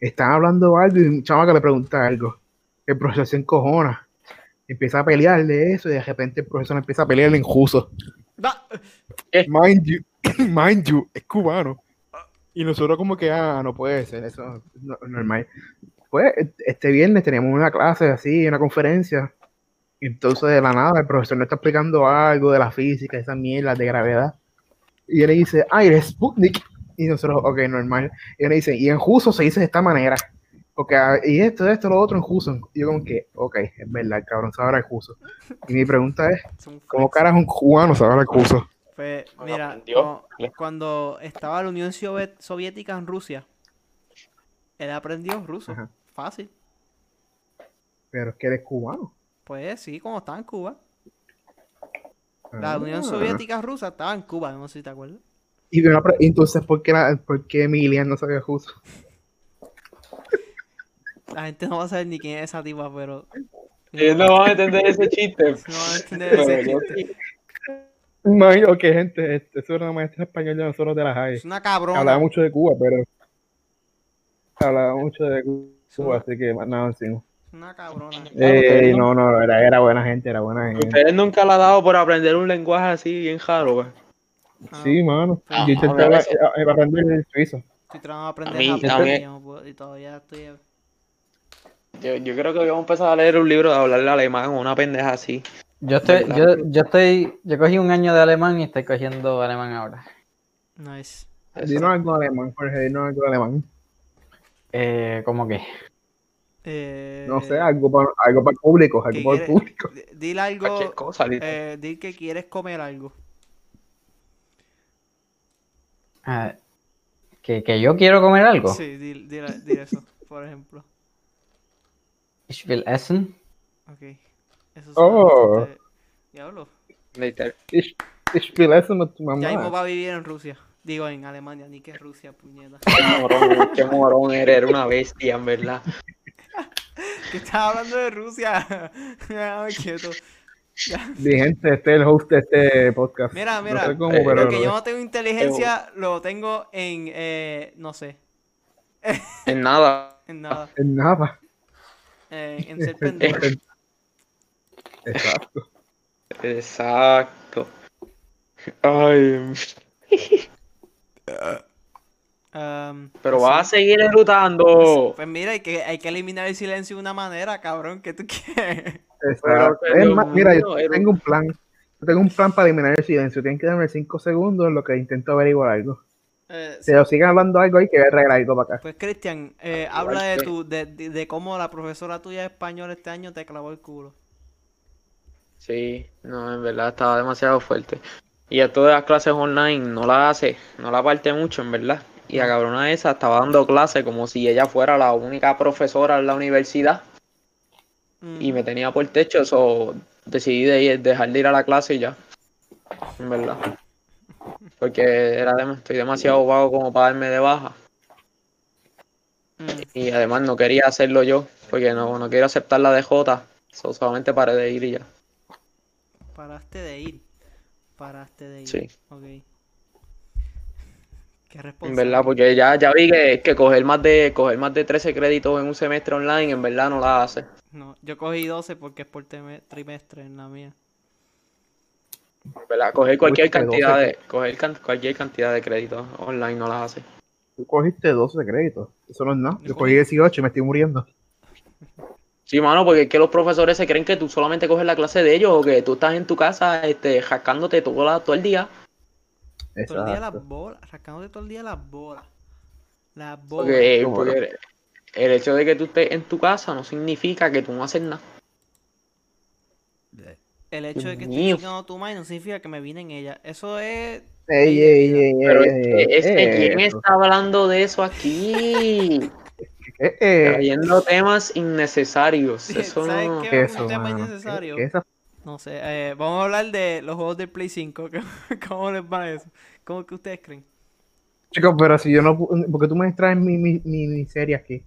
están hablando algo y un chamaco le pregunta algo. El profesor se encojona. Empieza a pelear de eso y de repente el profesor empieza a pelear en justo. Va, Mind you, [COUGHS] mind you, es cubano. Y nosotros como que, ah, no puede ser, eso no, normal. Pues este viernes teníamos una clase así, una conferencia. Entonces de la nada el profesor nos está explicando algo de la física, esa mierda de gravedad. Y él le dice, ah, eres Sputnik. Y nosotros, ok, normal. Y él le dice, y en Juso se dice de esta manera. Porque, ah, y esto, esto, lo otro en Juso. Y yo como que, ok, es verdad, el cabrón sabe hablar Juso. Y mi pregunta es, es un ¿cómo flex. carajo un cubano sabe hablar Juso? Pues, Bueno, mira, aprendió. como- cuando estaba la Unión Soviet- Soviética en Rusia, él aprendió ruso. Ajá. Fácil. Pero es que eres cubano. Pues sí, como estaba en Cuba. Ah. La Unión Soviética rusa estaba en Cuba, no sé si te acuerdas. Y una pre- entonces, ¿por qué, la- por qué Emilian no sabía justo? La gente no va a saber ni quién es esa tipa, pero. [LAUGHS] Ellos Eh, no van a entender ese [LAUGHS] chiste. No van a entender ese Pero yo chiste. sí. No, ok, gente, este, eso era una maestra española de nosotros de la high. Es una cabrona. Hablaba mucho de Cuba, pero. Hablaba mucho de Es Cuba, una, Ah, así que más nada encima. es una cabrona. Eh, ustedes no, no, era, era buena gente, era buena gente. Ustedes nunca la han dado por aprender un lenguaje así bien jaro, pues. güey. Ah, Sí, mano. Ah, a yo intentaba ver, eh, eh, barrando el suizo. Estoy tratando de aprender A mí- a japonés mí- y no puedo- y todavía estoy... Yo, yo creo que voy a empezar a leer un libro de hablarle alemán o una pendeja así. Yo estoy, ¿Verdad? yo, yo estoy, yo cogí un año de alemán y estoy cogiendo alemán ahora. Nice. Dinos algo de alemán, Jorge, dinos algo de alemán. Eh, ¿cómo que? Eh, No sé, algo para, algo para el público, algo para el quieres? público. [LAUGHS] di- Dile algo... Cualquier cosa, li- Eh, di que quieres comer algo. Ah, que, que yo quiero comer algo. Sí, di- dile, dile eso, por ejemplo. Ich will essen. Ok. Eso suena Oh. bastante- Diablo. literal. Ich, ich will essen mit tu Ya mismo mamá. va a vivir en Rusia. Digo, en Alemania, ni que Rusia, puñeta. Qué morón, qué morón eres, eres una bestia, en verdad. [LAUGHS] Que estás hablando de Rusia. [LAUGHS] Ya, quieto. Mi gente, este es el host de este podcast. Mira, No Ah, mira, sé cómo, eh, pero Lo que lo- yo no tengo inteligencia, lo tengo en, eh, no sé, En nada. en nada. es nada. eh, en [LAUGHS] ser pendejo. Este Exacto. Exacto. Ay, Um, pero sí. vas a seguir erutando. Pues mira, hay que, hay que eliminar el silencio de una manera, cabrón, que tú [LAUGHS] quieres. Exacto. [LAUGHS] Pero, Es más, Dios mira, mío, yo era- tengo un plan. Yo tengo un plan para eliminar el silencio. Tienen que darme 5 segundos en lo que intento averiguar algo. Eh, Si os siguen hablando algo ahí, que voy a traer algo para acá. Pues Cristian, eh, Ah, Igual habla de que- tu, de, de- de cómo la profesora tuya de español este año te clavó el culo. Sí, no, en verdad estaba demasiado fuerte. Y esto de las clases online no la hace, no la parte mucho, en verdad. Y la cabrona esa estaba dando clases como si ella fuera la única profesora en la universidad Mm, y me tenía por techo, eso decidí de ir- dejar de ir a la clase y ya, en verdad. Porque era dem- estoy demasiado vago como para darme de baja. mm. Y además no quería hacerlo yo, porque no, no quiero aceptar la DJ. So, solamente paré de ir y ya. Paraste de ir. Paraste de ir. Sí. Ok. Qué En responsable. verdad, porque ya, ya vi que, que coger más de coger más de 13 créditos en un semestre online, en verdad no la hace. No, yo cogí 12 porque es por teme- trimestre en la mía. En verdad, coger cualquier Uy, qué cantidad doce. de, coger can- cualquier cantidad de créditos online no las hace. Tú cogiste 12 créditos. Eso no es nada. Yo Yo cogí 18 y me estoy muriendo. Sí, mano, porque es que los profesores se creen que tú solamente coges la clase de ellos o que tú estás en tu casa este, jacándote todo, la- todo el día. Todo el día Exacto. las bolas. Rascándote todo el día las bolas. Las bolas. Porque, Bueno. porque el, el hecho de que tú estés en tu casa no significa que tú no haces nada. El hecho de que Dios estoy mío. chingando tu madre no significa que me vine en ella. Eso es. Ey, ey, ey, ey, Pero ey, ey, es que- es que ¿quién ey, está hablando de eso [LAUGHS] aquí? eh, eh, Trayendo temas innecesarios. Sí, Eso ¿Sabes no. qué? Eso, un tema mano, innecesario. que- que esa- No sé, eh, vamos a hablar de los juegos del Play 5. [LAUGHS] ¿Cómo- ¿Cómo les va eso? ¿Cómo que ustedes creen? Chicos, pero si yo no... pu- ¿Por qué tú me distraes mi, mi, mi, mi serie aquí?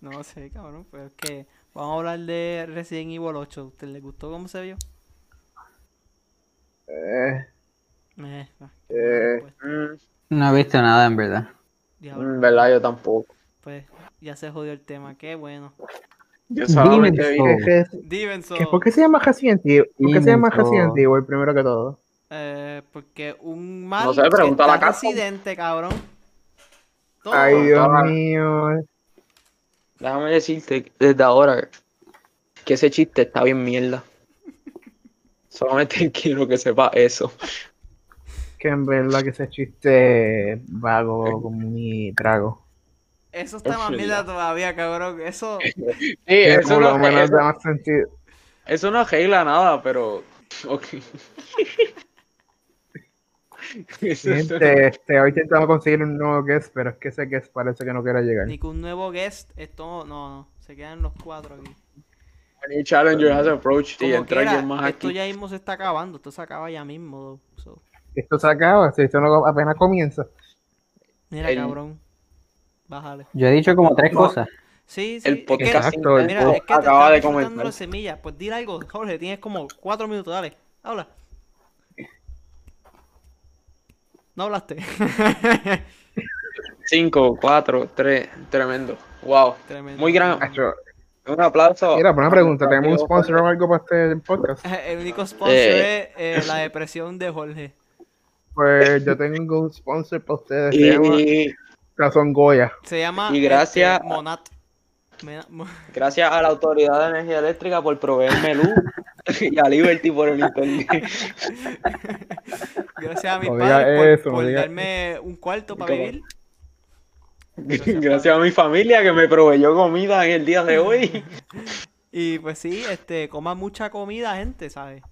No sé, cabrón, pero es que vamos a hablar de Resident Evil 8. ¿A usted le gustó cómo se vio? Eh, Eh, no. eh, Pues, Mm, No he visto nada en verdad. diablo, mm, En verdad, yo tampoco. pues ya se jodió el tema, qué bueno. Yo solamente solamente vi- vi. Oh. que- que- Divenso, que- ¿Por qué se llama Resident Evil? ¿Por qué se llama Inmenso. Resident Evil primero que todo? eh, porque un mal No sé, pregunta a la casa. accidente, cabrón. Todo. Ay, Dios Ah. mío. Déjame decirte desde ahora que ese chiste está bien mierda. Solamente [LAUGHS] quiero que sepa eso. Que en verdad que ese chiste Eh. vago con mi trago. Eso está más mierda todavía, cabrón. [LAUGHS] Eso, Sí, Que eso por lo no, eh. menos eso, da más sentido. eso no arregla nada, pero. ok. [LAUGHS] Eso- Gente, este, hoy intentamos conseguir un nuevo guest, pero es que ese guest parece que no quiere llegar. ni que un nuevo guest, esto, no, no, se quedan los cuatro aquí. A new challenger has approached y Como entra quiera, alguien más esto aquí. ya mismo se está acabando, esto se acaba ya mismo. though, so. Esto se acaba, si esto no apenas comienza. Mira, El- cabrón. Bájale. Yo he dicho como tres cosas. Sí, sí. El es que- podcast Exacto, el mira, es que te acaba de estás soltando comenzar. las semillas. Pues dile algo, Jorge, tienes como cuatro minutos, dale. Habla. No hablaste. [LAUGHS] Cinco, cuatro, tres, tremendo. Wow. Tremendo. Muy gran- [LAUGHS] Acho, Un aplauso. Mira, por una pregunta, ¿tenemos un sponsor o algo para este podcast? El único sponsor es eh, la eh, depresión de Jorge. Pues yo tengo un sponsor para pues, ustedes. Se llama Y Razón Goya. Se llama Y gracias- este, Monat. Me- mo- [LAUGHS] gracias a la Autoridad de Energía Eléctrica por proveerme luz y a Liberty por el internet. Gracias a mi No diga padre por, eso, no por diga- darme un cuarto para Toma. vivir. Gracias a mi familia que me proveyó comida en el día de hoy. Y pues sí, este, coma mucha comida, gente, ¿sabes?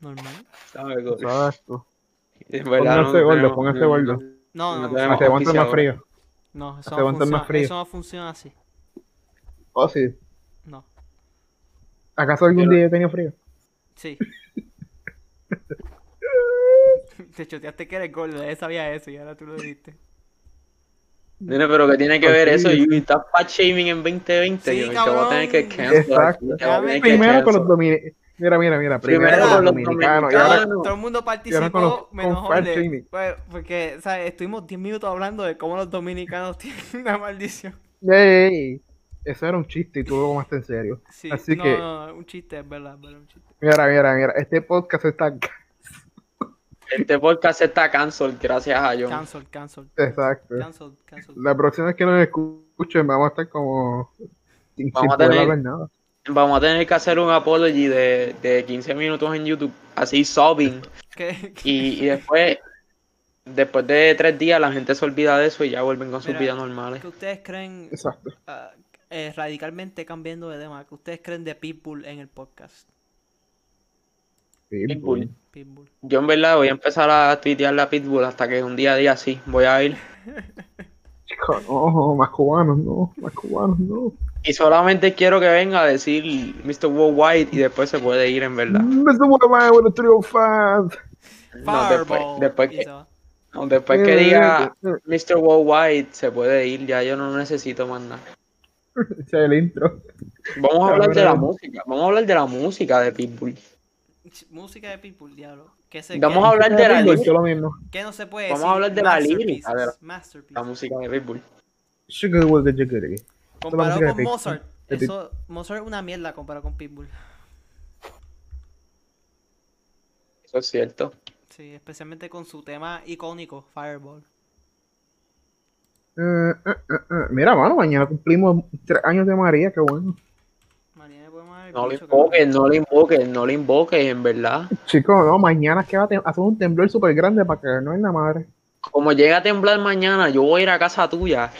Normal. ¿Sabes? gordo? Exacto. En verdad, Póngase no gordo, tenemos- póngase no- gordo. No, no, No no, tenemos- Te aguantas Este, más auspiciador. frío. no, eso, te no aguantas más funciona, frío. eso no funciona así. Oh, sí. No, ¿Acaso algún día yo he tenido frío? [LAUGHS] sí. [LAUGHS] Te choteaste que eres gordo, ya sabía eso y ahora tú lo dijiste. Nene, pero que tiene que ver eso? Y estás fat shaming en 2020. Sí, yo te voy a tener que cabrón. cancelar. Exacto. te voy a tener que Primero con los cancelar. dominicanos. Mira, mira, mira. Primero, Primero con los con los dominicanos. y dominicanos. ahora- Todo- Todo el mundo ahora con los- participó, con menos Fat Jorge. Shaming. Pues, porque, ¿sabes? Estuvimos 10 minutos hablando de cómo los dominicanos [LAUGHS] tienen una maldición. Ey, ey, ey. Eso era un chiste y tú lo tomaste en serio. Sí, Así no, que- no, no, un chiste, es verdad, es verdad, un chiste. Mira, mira, mira. Este podcast está. Este podcast está cancel, gracias a John. Cancel, cancel. Exacto. Cancel, cancel. La próxima vez que nos escuchen, vamos a estar como. Sin, Vamos sin a poder tener- hablar nada. Vamos a tener que hacer un apology de, de 15 minutos en YouTube, así sobbing. ¿Qué- [LAUGHS] qué- Y, y después, después de tres días, la gente se olvida de eso y ya vuelven con sus Mira, vidas normales. ¿Qué ustedes creen, Exacto. ah, eh, radicalmente cambiando de tema, qué ustedes creen de Pitbull en el podcast? Sí, pues, Pitbull. Pitbull. Yo en verdad voy a empezar a tuitear la Pitbull hasta que un día a día sí, voy a ir. Chico, no, más cubanos, no, más cubanos, no. Y solamente quiero que venga a decir Mr. Worldwide y después se puede ir en verdad. That's the one of my with the 305. No, después, Fireball, después y que, se va. no, después Pues Eh. que diga Mr. Worldwide se puede ir, ya yo no necesito más nada. Ese es el intro. Vamos a hablar de la Cabrón. música, vamos a hablar de la música de Pitbull. Ch- Música de Pitbull, diablo. ¿Qué, se, Vamos qué- a hablar de la Pitbull, lírica, yo Eh, lo mismo. qué no se puede vamos a decir? hablar de la lírica, Masterpieces, de la- masterpieces. la música de Pitbull. Sugar with the jiggery. Comparado música de con Pitbull. Mozart, De Pit- eso, Mozart es una mierda comparado con Pitbull. Eso es cierto. Sí, especialmente con su tema icónico, Fireball. Eh, eh, eh, eh. Mira, mano, mañana cumplimos tres años de María, qué bueno. Mañana podemos dar el No le bicho, cabrón. invoques, no le invoques, no le invoques, en verdad. Chicos, no, mañana es que va a te- hacer un temblor súper grande para que no es la madre. Como llega a temblar mañana, yo voy a ir a casa tuya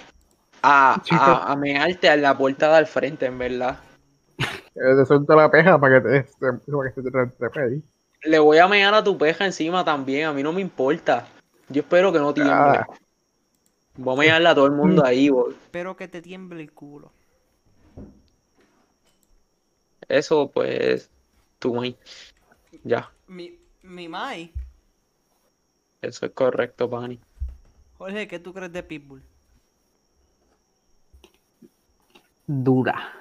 a, Chico. a, a mearte a la puerta del frente, en verdad. Eh, te suelta la peja para que te, te- para que te, te, te pegue. Le voy a mear a tu peja encima también, a mí no me importa. Yo espero que no tiemble. Ah. Voy a mearle a todo el mundo ahí, bol. Espero que te tiemble el culo. Eso, pues, tú, güey. Ya, Mi, mi Mai, eso es correcto, Pani. Jorge, ¿qué tú crees de Pitbull? Dura.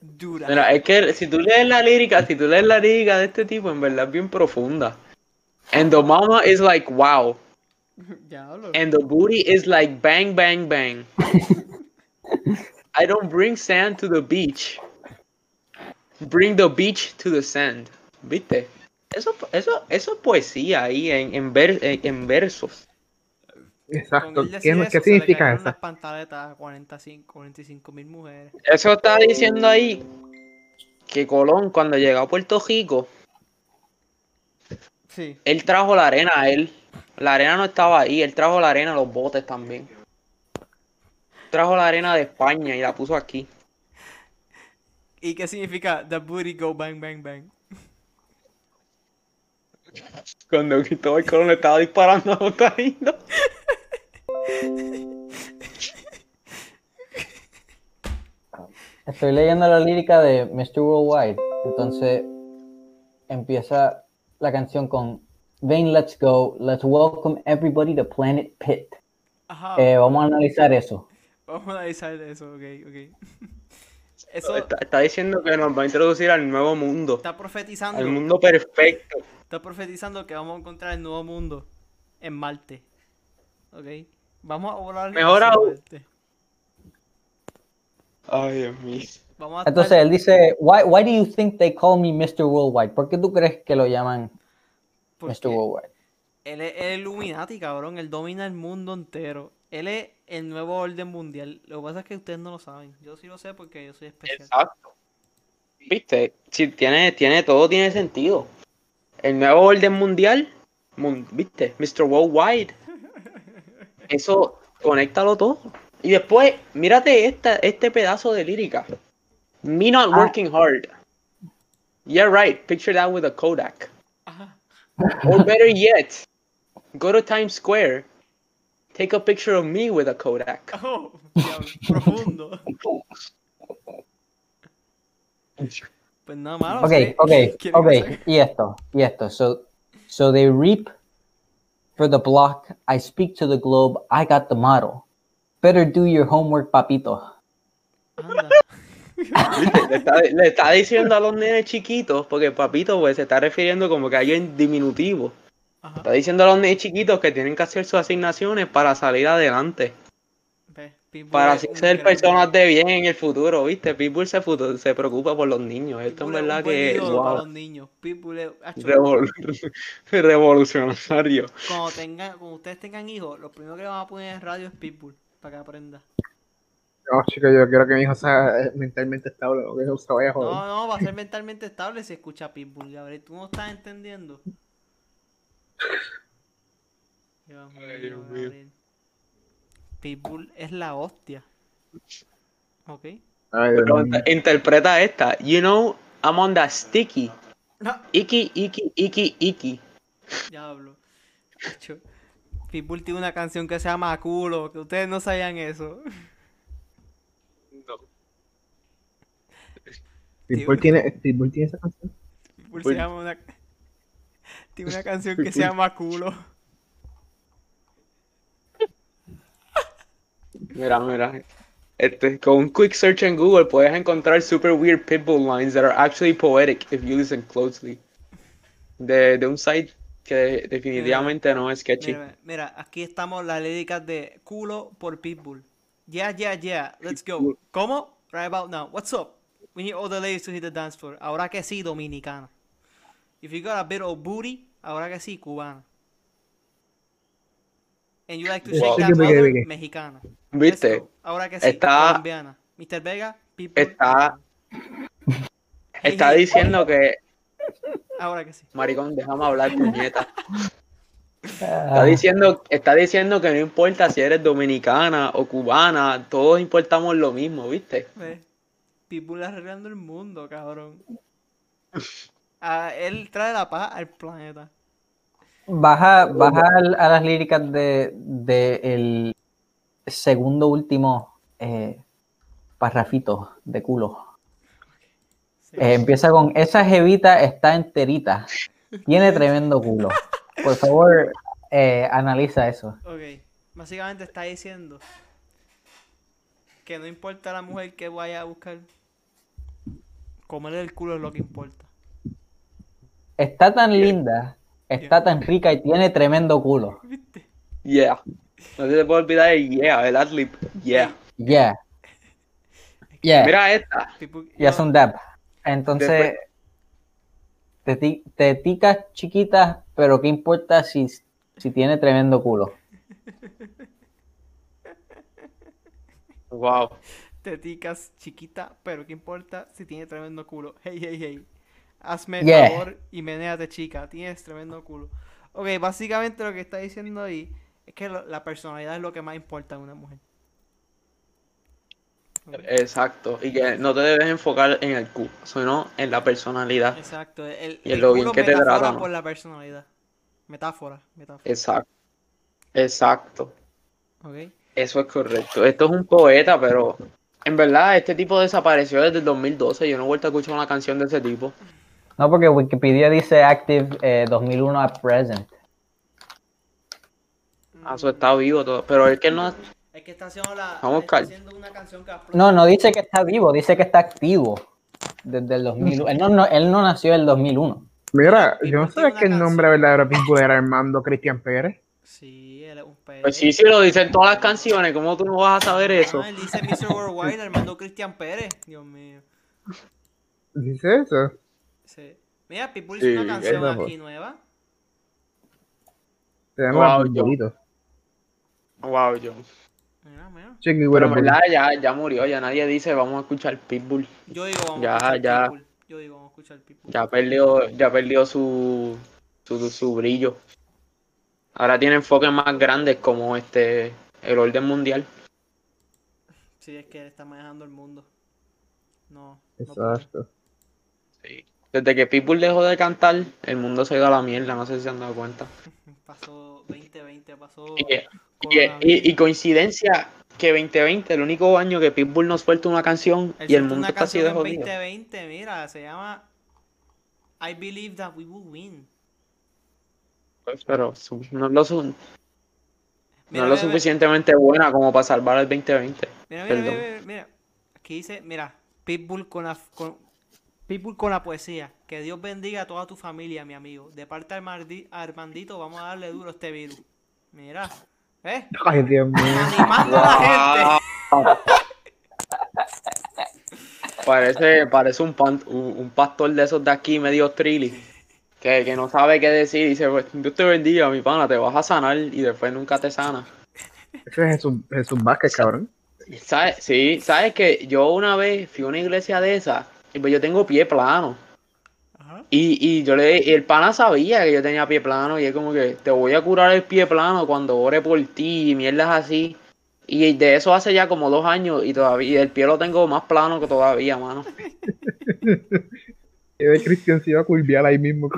Dura. Mira, es que si tú lees la lírica, si tú lees la lírica de este tipo, en verdad es bien profunda. And the mama is like, wow. [LAUGHS] Ya hablo. [LAUGHS] And the booty is like bang, bang, bang. I don't bring sand to the beach. Bring the beach to the sand. ¿Viste? Eso, eso, eso es poesía ahí en, en, ver- en- en versos. Exacto. él decir ¿Qué, eso, ¿qué se significa le cayeron eso? Las pantaletas a 45, 45 mil mujeres. Eso está diciendo ahí que Colón, cuando llegó a Puerto Rico, Sí. él trajo la arena a él. La arena no estaba ahí, él trajo la arena, los botes también. Trajo la arena de España y la puso aquí. ¿Y qué significa the booty go bang bang bang? Cuando Cristóbal Colón le estaba disparando a los taínos. Estoy leyendo la lírica de Mr. Worldwide. Entonces empieza la canción con Vain Let's Go, Let's Welcome Everybody to Planet Pit. Ajá. Eh, vamos a analizar eso. Vamos a analizar eso, ok, ok. [LAUGHS] Eso Está, está diciendo que nos va a introducir al nuevo mundo, está profetizando. al mundo perfecto. Está profetizando que vamos a encontrar el nuevo mundo en Marte. ¿Ok? Vamos a volar. Mejor hacia aún. Marte. Ay, Dios mío. Vamos a estar- Entonces él dice, why, why do you think they call me Mr. Worldwide? ¿Por qué tú crees que lo llaman porque Mr. Worldwide? él es el Illuminati, cabrón. Él domina el mundo entero. Él es el nuevo orden mundial. Lo que pasa es que ustedes no lo saben. Yo sí lo sé porque yo soy especial. Exacto. ¿Viste? Sí, tiene, tiene, todo tiene sentido. El nuevo orden mundial, mun- ¿viste? Mr. Worldwide. Eso, conéctalo todo. Y después, mírate esta, este pedazo de lírica. Me Ah. not working hard. Yeah, right. Picture that with a Kodak. Ajá. [LAUGHS] Or better yet, go to Times Square. Take a picture of me with a Kodak. Oh, diablo, profundo. Pues nada malo. Ok, sí. ok, ¿Quieren ok. hacer- Y esto, y esto. So, so they reap for the block. I speak to the globe. I got the model. Better do your homework, papito. Anda. ¿Viste? Le está, le está diciendo a los nenes chiquitos, porque papito pues, se está refiriendo como que hay en diminutivo. Ajá. Está diciendo a los nenes chiquitos que tienen que hacer sus asignaciones para salir adelante, Ve, Pitbull para es así un ser grande. personas de bien en el futuro, ¿viste? Pitbull se, futu- se preocupa por los niños, esto en Pitbull es un verdad buen que es ídolo para wow, los niños. Pitbull es- Acho, revol- [LAUGHS] revolucionario. cuando, tengan, cuando ustedes tengan hijos, lo primero que le van a poner en radio es Pitbull, para que aprenda. No, chico, yo quiero que mi hijo sea eh, mentalmente estable, no que no se vaya a joder. No, no, va a ser mentalmente estable si escucha Pitbull, Gabriel. Tú no estás entendiendo. Dios mío, Dios mío. Gabriel. Pitbull es la hostia. ¿Ok? Ay, Dios Pero mío. este int- interpreta esta, you know, I'm on that sticky, No, icky, icky, icky, icky. diablo. Acho, Pitbull tiene una canción que se llama Culo, que ustedes no sabían eso. Pitbull tiene, Pitbull tiene esa canción. Pitbull se Bueno. llama una... [LAUGHS] Tiene una canción que se llama Culo. Mira, mira. Este, con un quick search en Google puedes encontrar super weird pitbull lines that are actually poetic if you listen closely. De, de un site que definitivamente no es sketchy. Mira, mira, aquí estamos las líricas de culo por Pitbull. Yeah, yeah, yeah, let's go. Pitbull. ¿Cómo? Right about now. What's up? We need all the ladies to hit the dance floor. Ahora que sí, dominicana. If you got a bit of booty, ahora que sí, cubana. And you like to Sí, shake sí, that sí, sí, mother, sí. mexicana. Let's ¿Viste? go. Ahora que sí, Está- colombiana. Mr. Vega, Pitbull. Está, está Jeje. diciendo que... Ahora que sí. Maricón, déjame hablar, puñeta. Está Ah, diciendo, está diciendo que no importa si eres dominicana o cubana, todos importamos lo mismo, ¿viste? Ve, Pitbull arreglando el mundo, [LAUGHS] cabrón. Ah, él trae la paz al planeta. baja baja al- a las líricas de, de el segundo último eh, parrafito de culo. Sí. Eh, empieza con esa jevita está enterita. Tiene tremendo culo. Por favor, eh, analiza eso. Ok, básicamente está diciendo que no importa la mujer que vaya a buscar, comerle el culo es lo que importa. Está tan linda, está tan rica y tiene tremendo culo. ¿Viste? Yeah. No se te puede olvidar el yeah, el adlib. Yeah. Yeah. Yeah. Mira esta. Pitbull- Y hace no, un dab. Entonces, teti- teticas chiquitas, pero qué importa si, si tiene tremendo culo. Wow. teticas chiquita, pero qué importa si tiene tremendo culo. Hey, hey, hey. Hazme Yeah. favor y menéate, chica. Tienes tremendo culo. Ok, básicamente lo que está diciendo ahí es que lo- la personalidad es lo que más importa en una mujer. Ok, Exacto. Y que no te debes enfocar en el Q, sino en la personalidad. Exacto. El, Y lo bien culo que te metáfora tratan. por la personalidad. Metáfora, metáfora. Exacto. Exacto. Ok. Eso es correcto. Esto es un poeta, pero en verdad este tipo desapareció desde el 2012. Yo no he vuelto a escuchar una canción de ese tipo. No, porque Wikipedia dice Active eh, 2001 at present. A su estado vivo todo. Pero es que no. Es que está haciendo, la, Vamos a está buscar. haciendo una canción que afro- No, no dice que está vivo, dice que está activo desde el 2001. Él no, no- él no nació en el 2001. Mira, Pitbull yo no tiene sabía una que el canción. nombre verdadero de Pitbull era Armando Cristian Pérez. Sí, él es un pere. Pues sí, sí, lo dicen todas las canciones. ¿Cómo tú no vas a saber eso? Ah, él dice [LAUGHS] Mr. Worldwide, Armando Cristian Pérez. Dios mío. ¿Dice eso? Sí. Mira, Pitbull hizo una Sí, canción es mejor. aquí nueva. Se llama Wow, yo- Bumbolito. Wow, John. Mira, mira. Chiqui, Pero bueno, pues, en verdad ya, ya murió, ya nadie dice vamos a escuchar Pitbull. Yo digo, vamos Ya, a escuchar ya. Pitbull. Yo digo, vamos a escuchar Pitbull. Ya perdió, ya perdió su, su, su brillo. Ahora tiene enfoques más grandes como este el orden mundial. Sí, es que él está manejando el mundo. No. no puede. Exacto. Desde que Pitbull dejó de cantar, el mundo se ha ido a la mierda, no sé si se han dado cuenta. Pasó 2020, pasó. Y, y- y- y coincidencia que 2020, el único año que Pitbull no suelta una canción y el mundo una está así canción de en jodido. 2020, mira, se llama I Believe That We Will Win. Pues, Pero su- no, es lo su- no Mira, es lo mira, mira. suficientemente buena como para salvar el 2020. Mira, mira, mira, Perdón. mira, mira. Aquí dice, mira, Pitbull con la, con, Pitbull con la poesía. Que Dios bendiga a toda tu familia, mi amigo. De parte de Armandi- Armandito, vamos a darle duro a este virus. Mira, ¿eh? Ay, Dios mío. Animando a la gente. [LAUGHS] Parece, parece un, pan- un un pastor de esos de aquí, medio trilly, que, que no sabe qué decir. Dice, pues, Dios te bendiga, mi pana, te vas a sanar y después nunca te sana. Ese es Jesús, Jesús [LAUGHS] Vázquez, cabrón. ¿Sabes? Sí, ¿sabes que Yo una vez fui a una iglesia de esa, y pues yo tengo pie plano. Ajá. Y, y yo le, y el pana sabía que yo tenía pie plano, y es como que te voy a curar el pie plano cuando ore por ti, y mierdas así. Y de eso hace ya como dos años, y todavía el pie lo tengo más plano que todavía, mano. Y de Cristian se iba a curviar ahí mismo.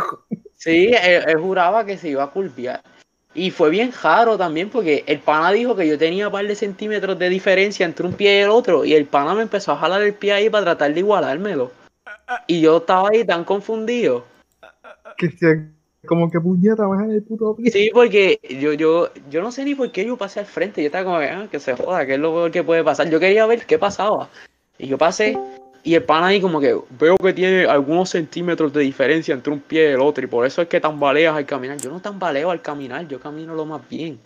Sí, él, él juraba que se iba a culpear. Y fue bien raro también porque el pana dijo que yo tenía un par de centímetros de diferencia entre un pie y el otro. Y el pana me empezó a jalar el pie ahí para tratar de igualármelo. Y yo estaba ahí tan confundido. Cristian, como que puñeta, baja el puto pie. Sí, porque yo, yo, yo no sé ni por qué yo pasé al frente. Yo estaba como, que, "Ah, que se joda, que es lo peor que puede pasar. Yo quería ver qué pasaba. Y yo pasé y el pana ahí como que veo que tiene algunos centímetros de diferencia entre un pie y el otro. Y por eso es que tambaleas al caminar. Yo no tambaleo al caminar, yo camino lo más bien.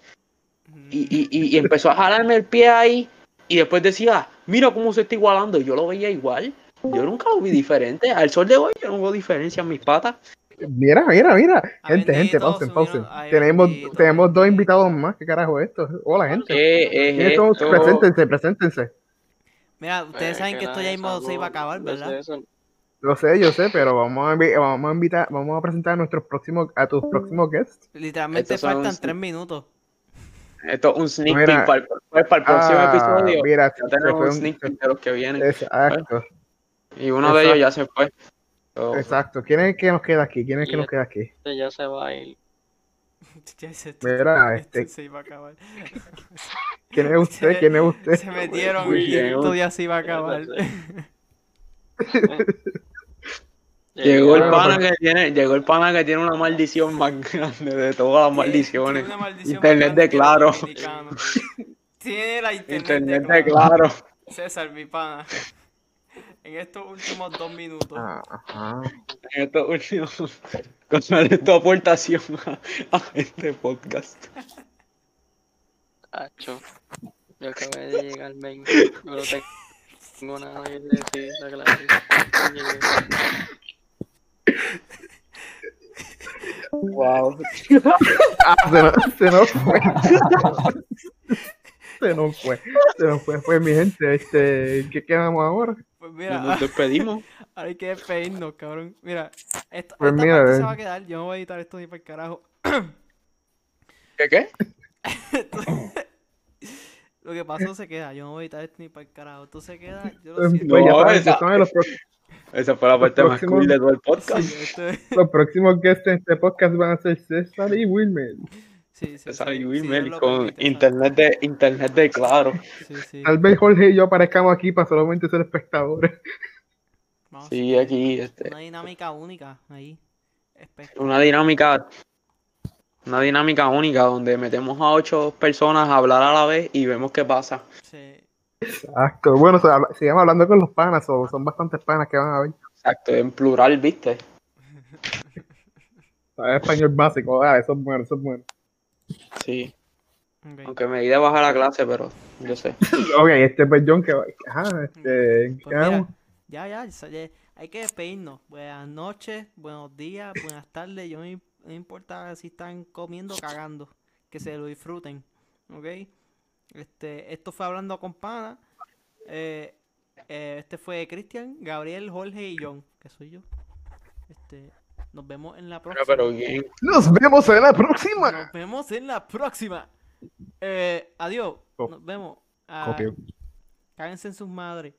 Y, y- y- y empezó a jalarme el pie ahí. Y después decía, mira cómo se está igualando. Y yo lo veía igual. Yo nunca lo vi diferente. Al sol de hoy yo no veo diferencia en mis patas. Mira, mira, mira. Ah, Gente, gente, bendito, pausen, pausen. subieron- ay, Tenemos, bendito, tenemos dos bendito. invitados más. ¿Qué carajo es esto? Hola, gente. ¿Qué Eh, es ¿Quiénes son? esto? Preséntense, preséntense. Mira, ustedes saben que esto ya mismo se iba a acabar, ¿verdad? Lo sé, yo sé, pero vamos a, invi- vamos a invitar, vamos a presentar a nuestros próximos, a tus próximos guests. Literalmente Estos son- faltan tres minutos. [LAUGHS] Esto es un sneak Mira. peek para el, pues, para el próximo Ah, episodio. Mira, Ya se tenemos fue un un- Eh, sneak peek de los que vienen. Exacto, Y uno de ellos ya se fue. So, exacto. ¿Quién es el que nos queda aquí? ¿Quién es el que Y- nos queda aquí? Este ya se va a ir. Ya se- Mira, esto este- se iba a [LAUGHS] acabar. [LAUGHS] ¿Quién es usted? ¿Quién es usted? Se metieron Muy y bien. esto ya se iba a acabar. llegó el Ah, pana pero- que tiene, llegó el pana que tiene una maldición más grande de todas las maldiciones. Tiene una maldición eh. Internet bacana de que los Claro. [LAUGHS] dominicanos. Tiene la internet, Internet de de claro. César, mi pana. [LAUGHS] En estos últimos dos minutos. Ah, ajá. En estos últimos- con tu aportación a, a este podcast. Acho. Yo acabé de llegar, men. Yo no tengo nada que decir. La clase. Llegué. Wow. Ah, se, nos, se nos fue. [LAUGHS] se nos fue. Se nos fue. Pues mi gente, este, ¿qué quedamos ahora? Pues Nos mira, despedimos. ahora [LAUGHS] hay que despedirnos, cabrón. Mira, esto, Pues esta mira, parte eh. se va a quedar. Yo no voy a editar esto ni para el carajo. ¿Qué qué? Lo que pasó se queda. Yo no voy a editar esto ni para el carajo. Esto se queda. Yo lo [LAUGHS] Pues siento. ya No, saben, esa- ya saben los, pro- Esa fue la parte más cool de todo el podcast. Sí, esto es- los próximos guests en este podcast van a ser César y Wilmer. sí, sí, César sí, y sí, Wilmer Dios lo con permite, internet de, internet de claro. ¿sabes? Sí, sí. Tal vez Jorge y yo aparezcamos aquí para solamente ser espectadores. Vamos, Sí, aquí, este, Una dinámica única ahí. Espectacular. una dinámica, una dinámica única donde metemos a ocho personas a hablar a la vez y vemos qué pasa. Sí. Exacto. Bueno, se, habla- sigamos hablando con los panas, o son bastantes panas que van a ver. Exacto, en plural, ¿viste? Ah, Español básico, ah, eso es bueno, eso es bueno. Sí. Ok. Aunque me di de baja la clase, pero yo sé. Ok, este pues John que va. Ajá, este. Pues mira, ya, ya, sa- ya, hay que despedirnos. Buenas noches, buenos días, buenas tardes. Yo no, im- no importa si están comiendo o cagando, que se lo disfruten. ¿Ok? Este, esto fue Hablando con Pana. Eh, eh, este fue Cristian, Gabriel, Jorge y John, que soy yo. Este, nos vemos en la próxima. Pero bien. Nos vemos en la próxima. Nos vemos en la próxima. Eh, adiós. Co- Nos vemos. Ah, Copio. cáguense en sus madres.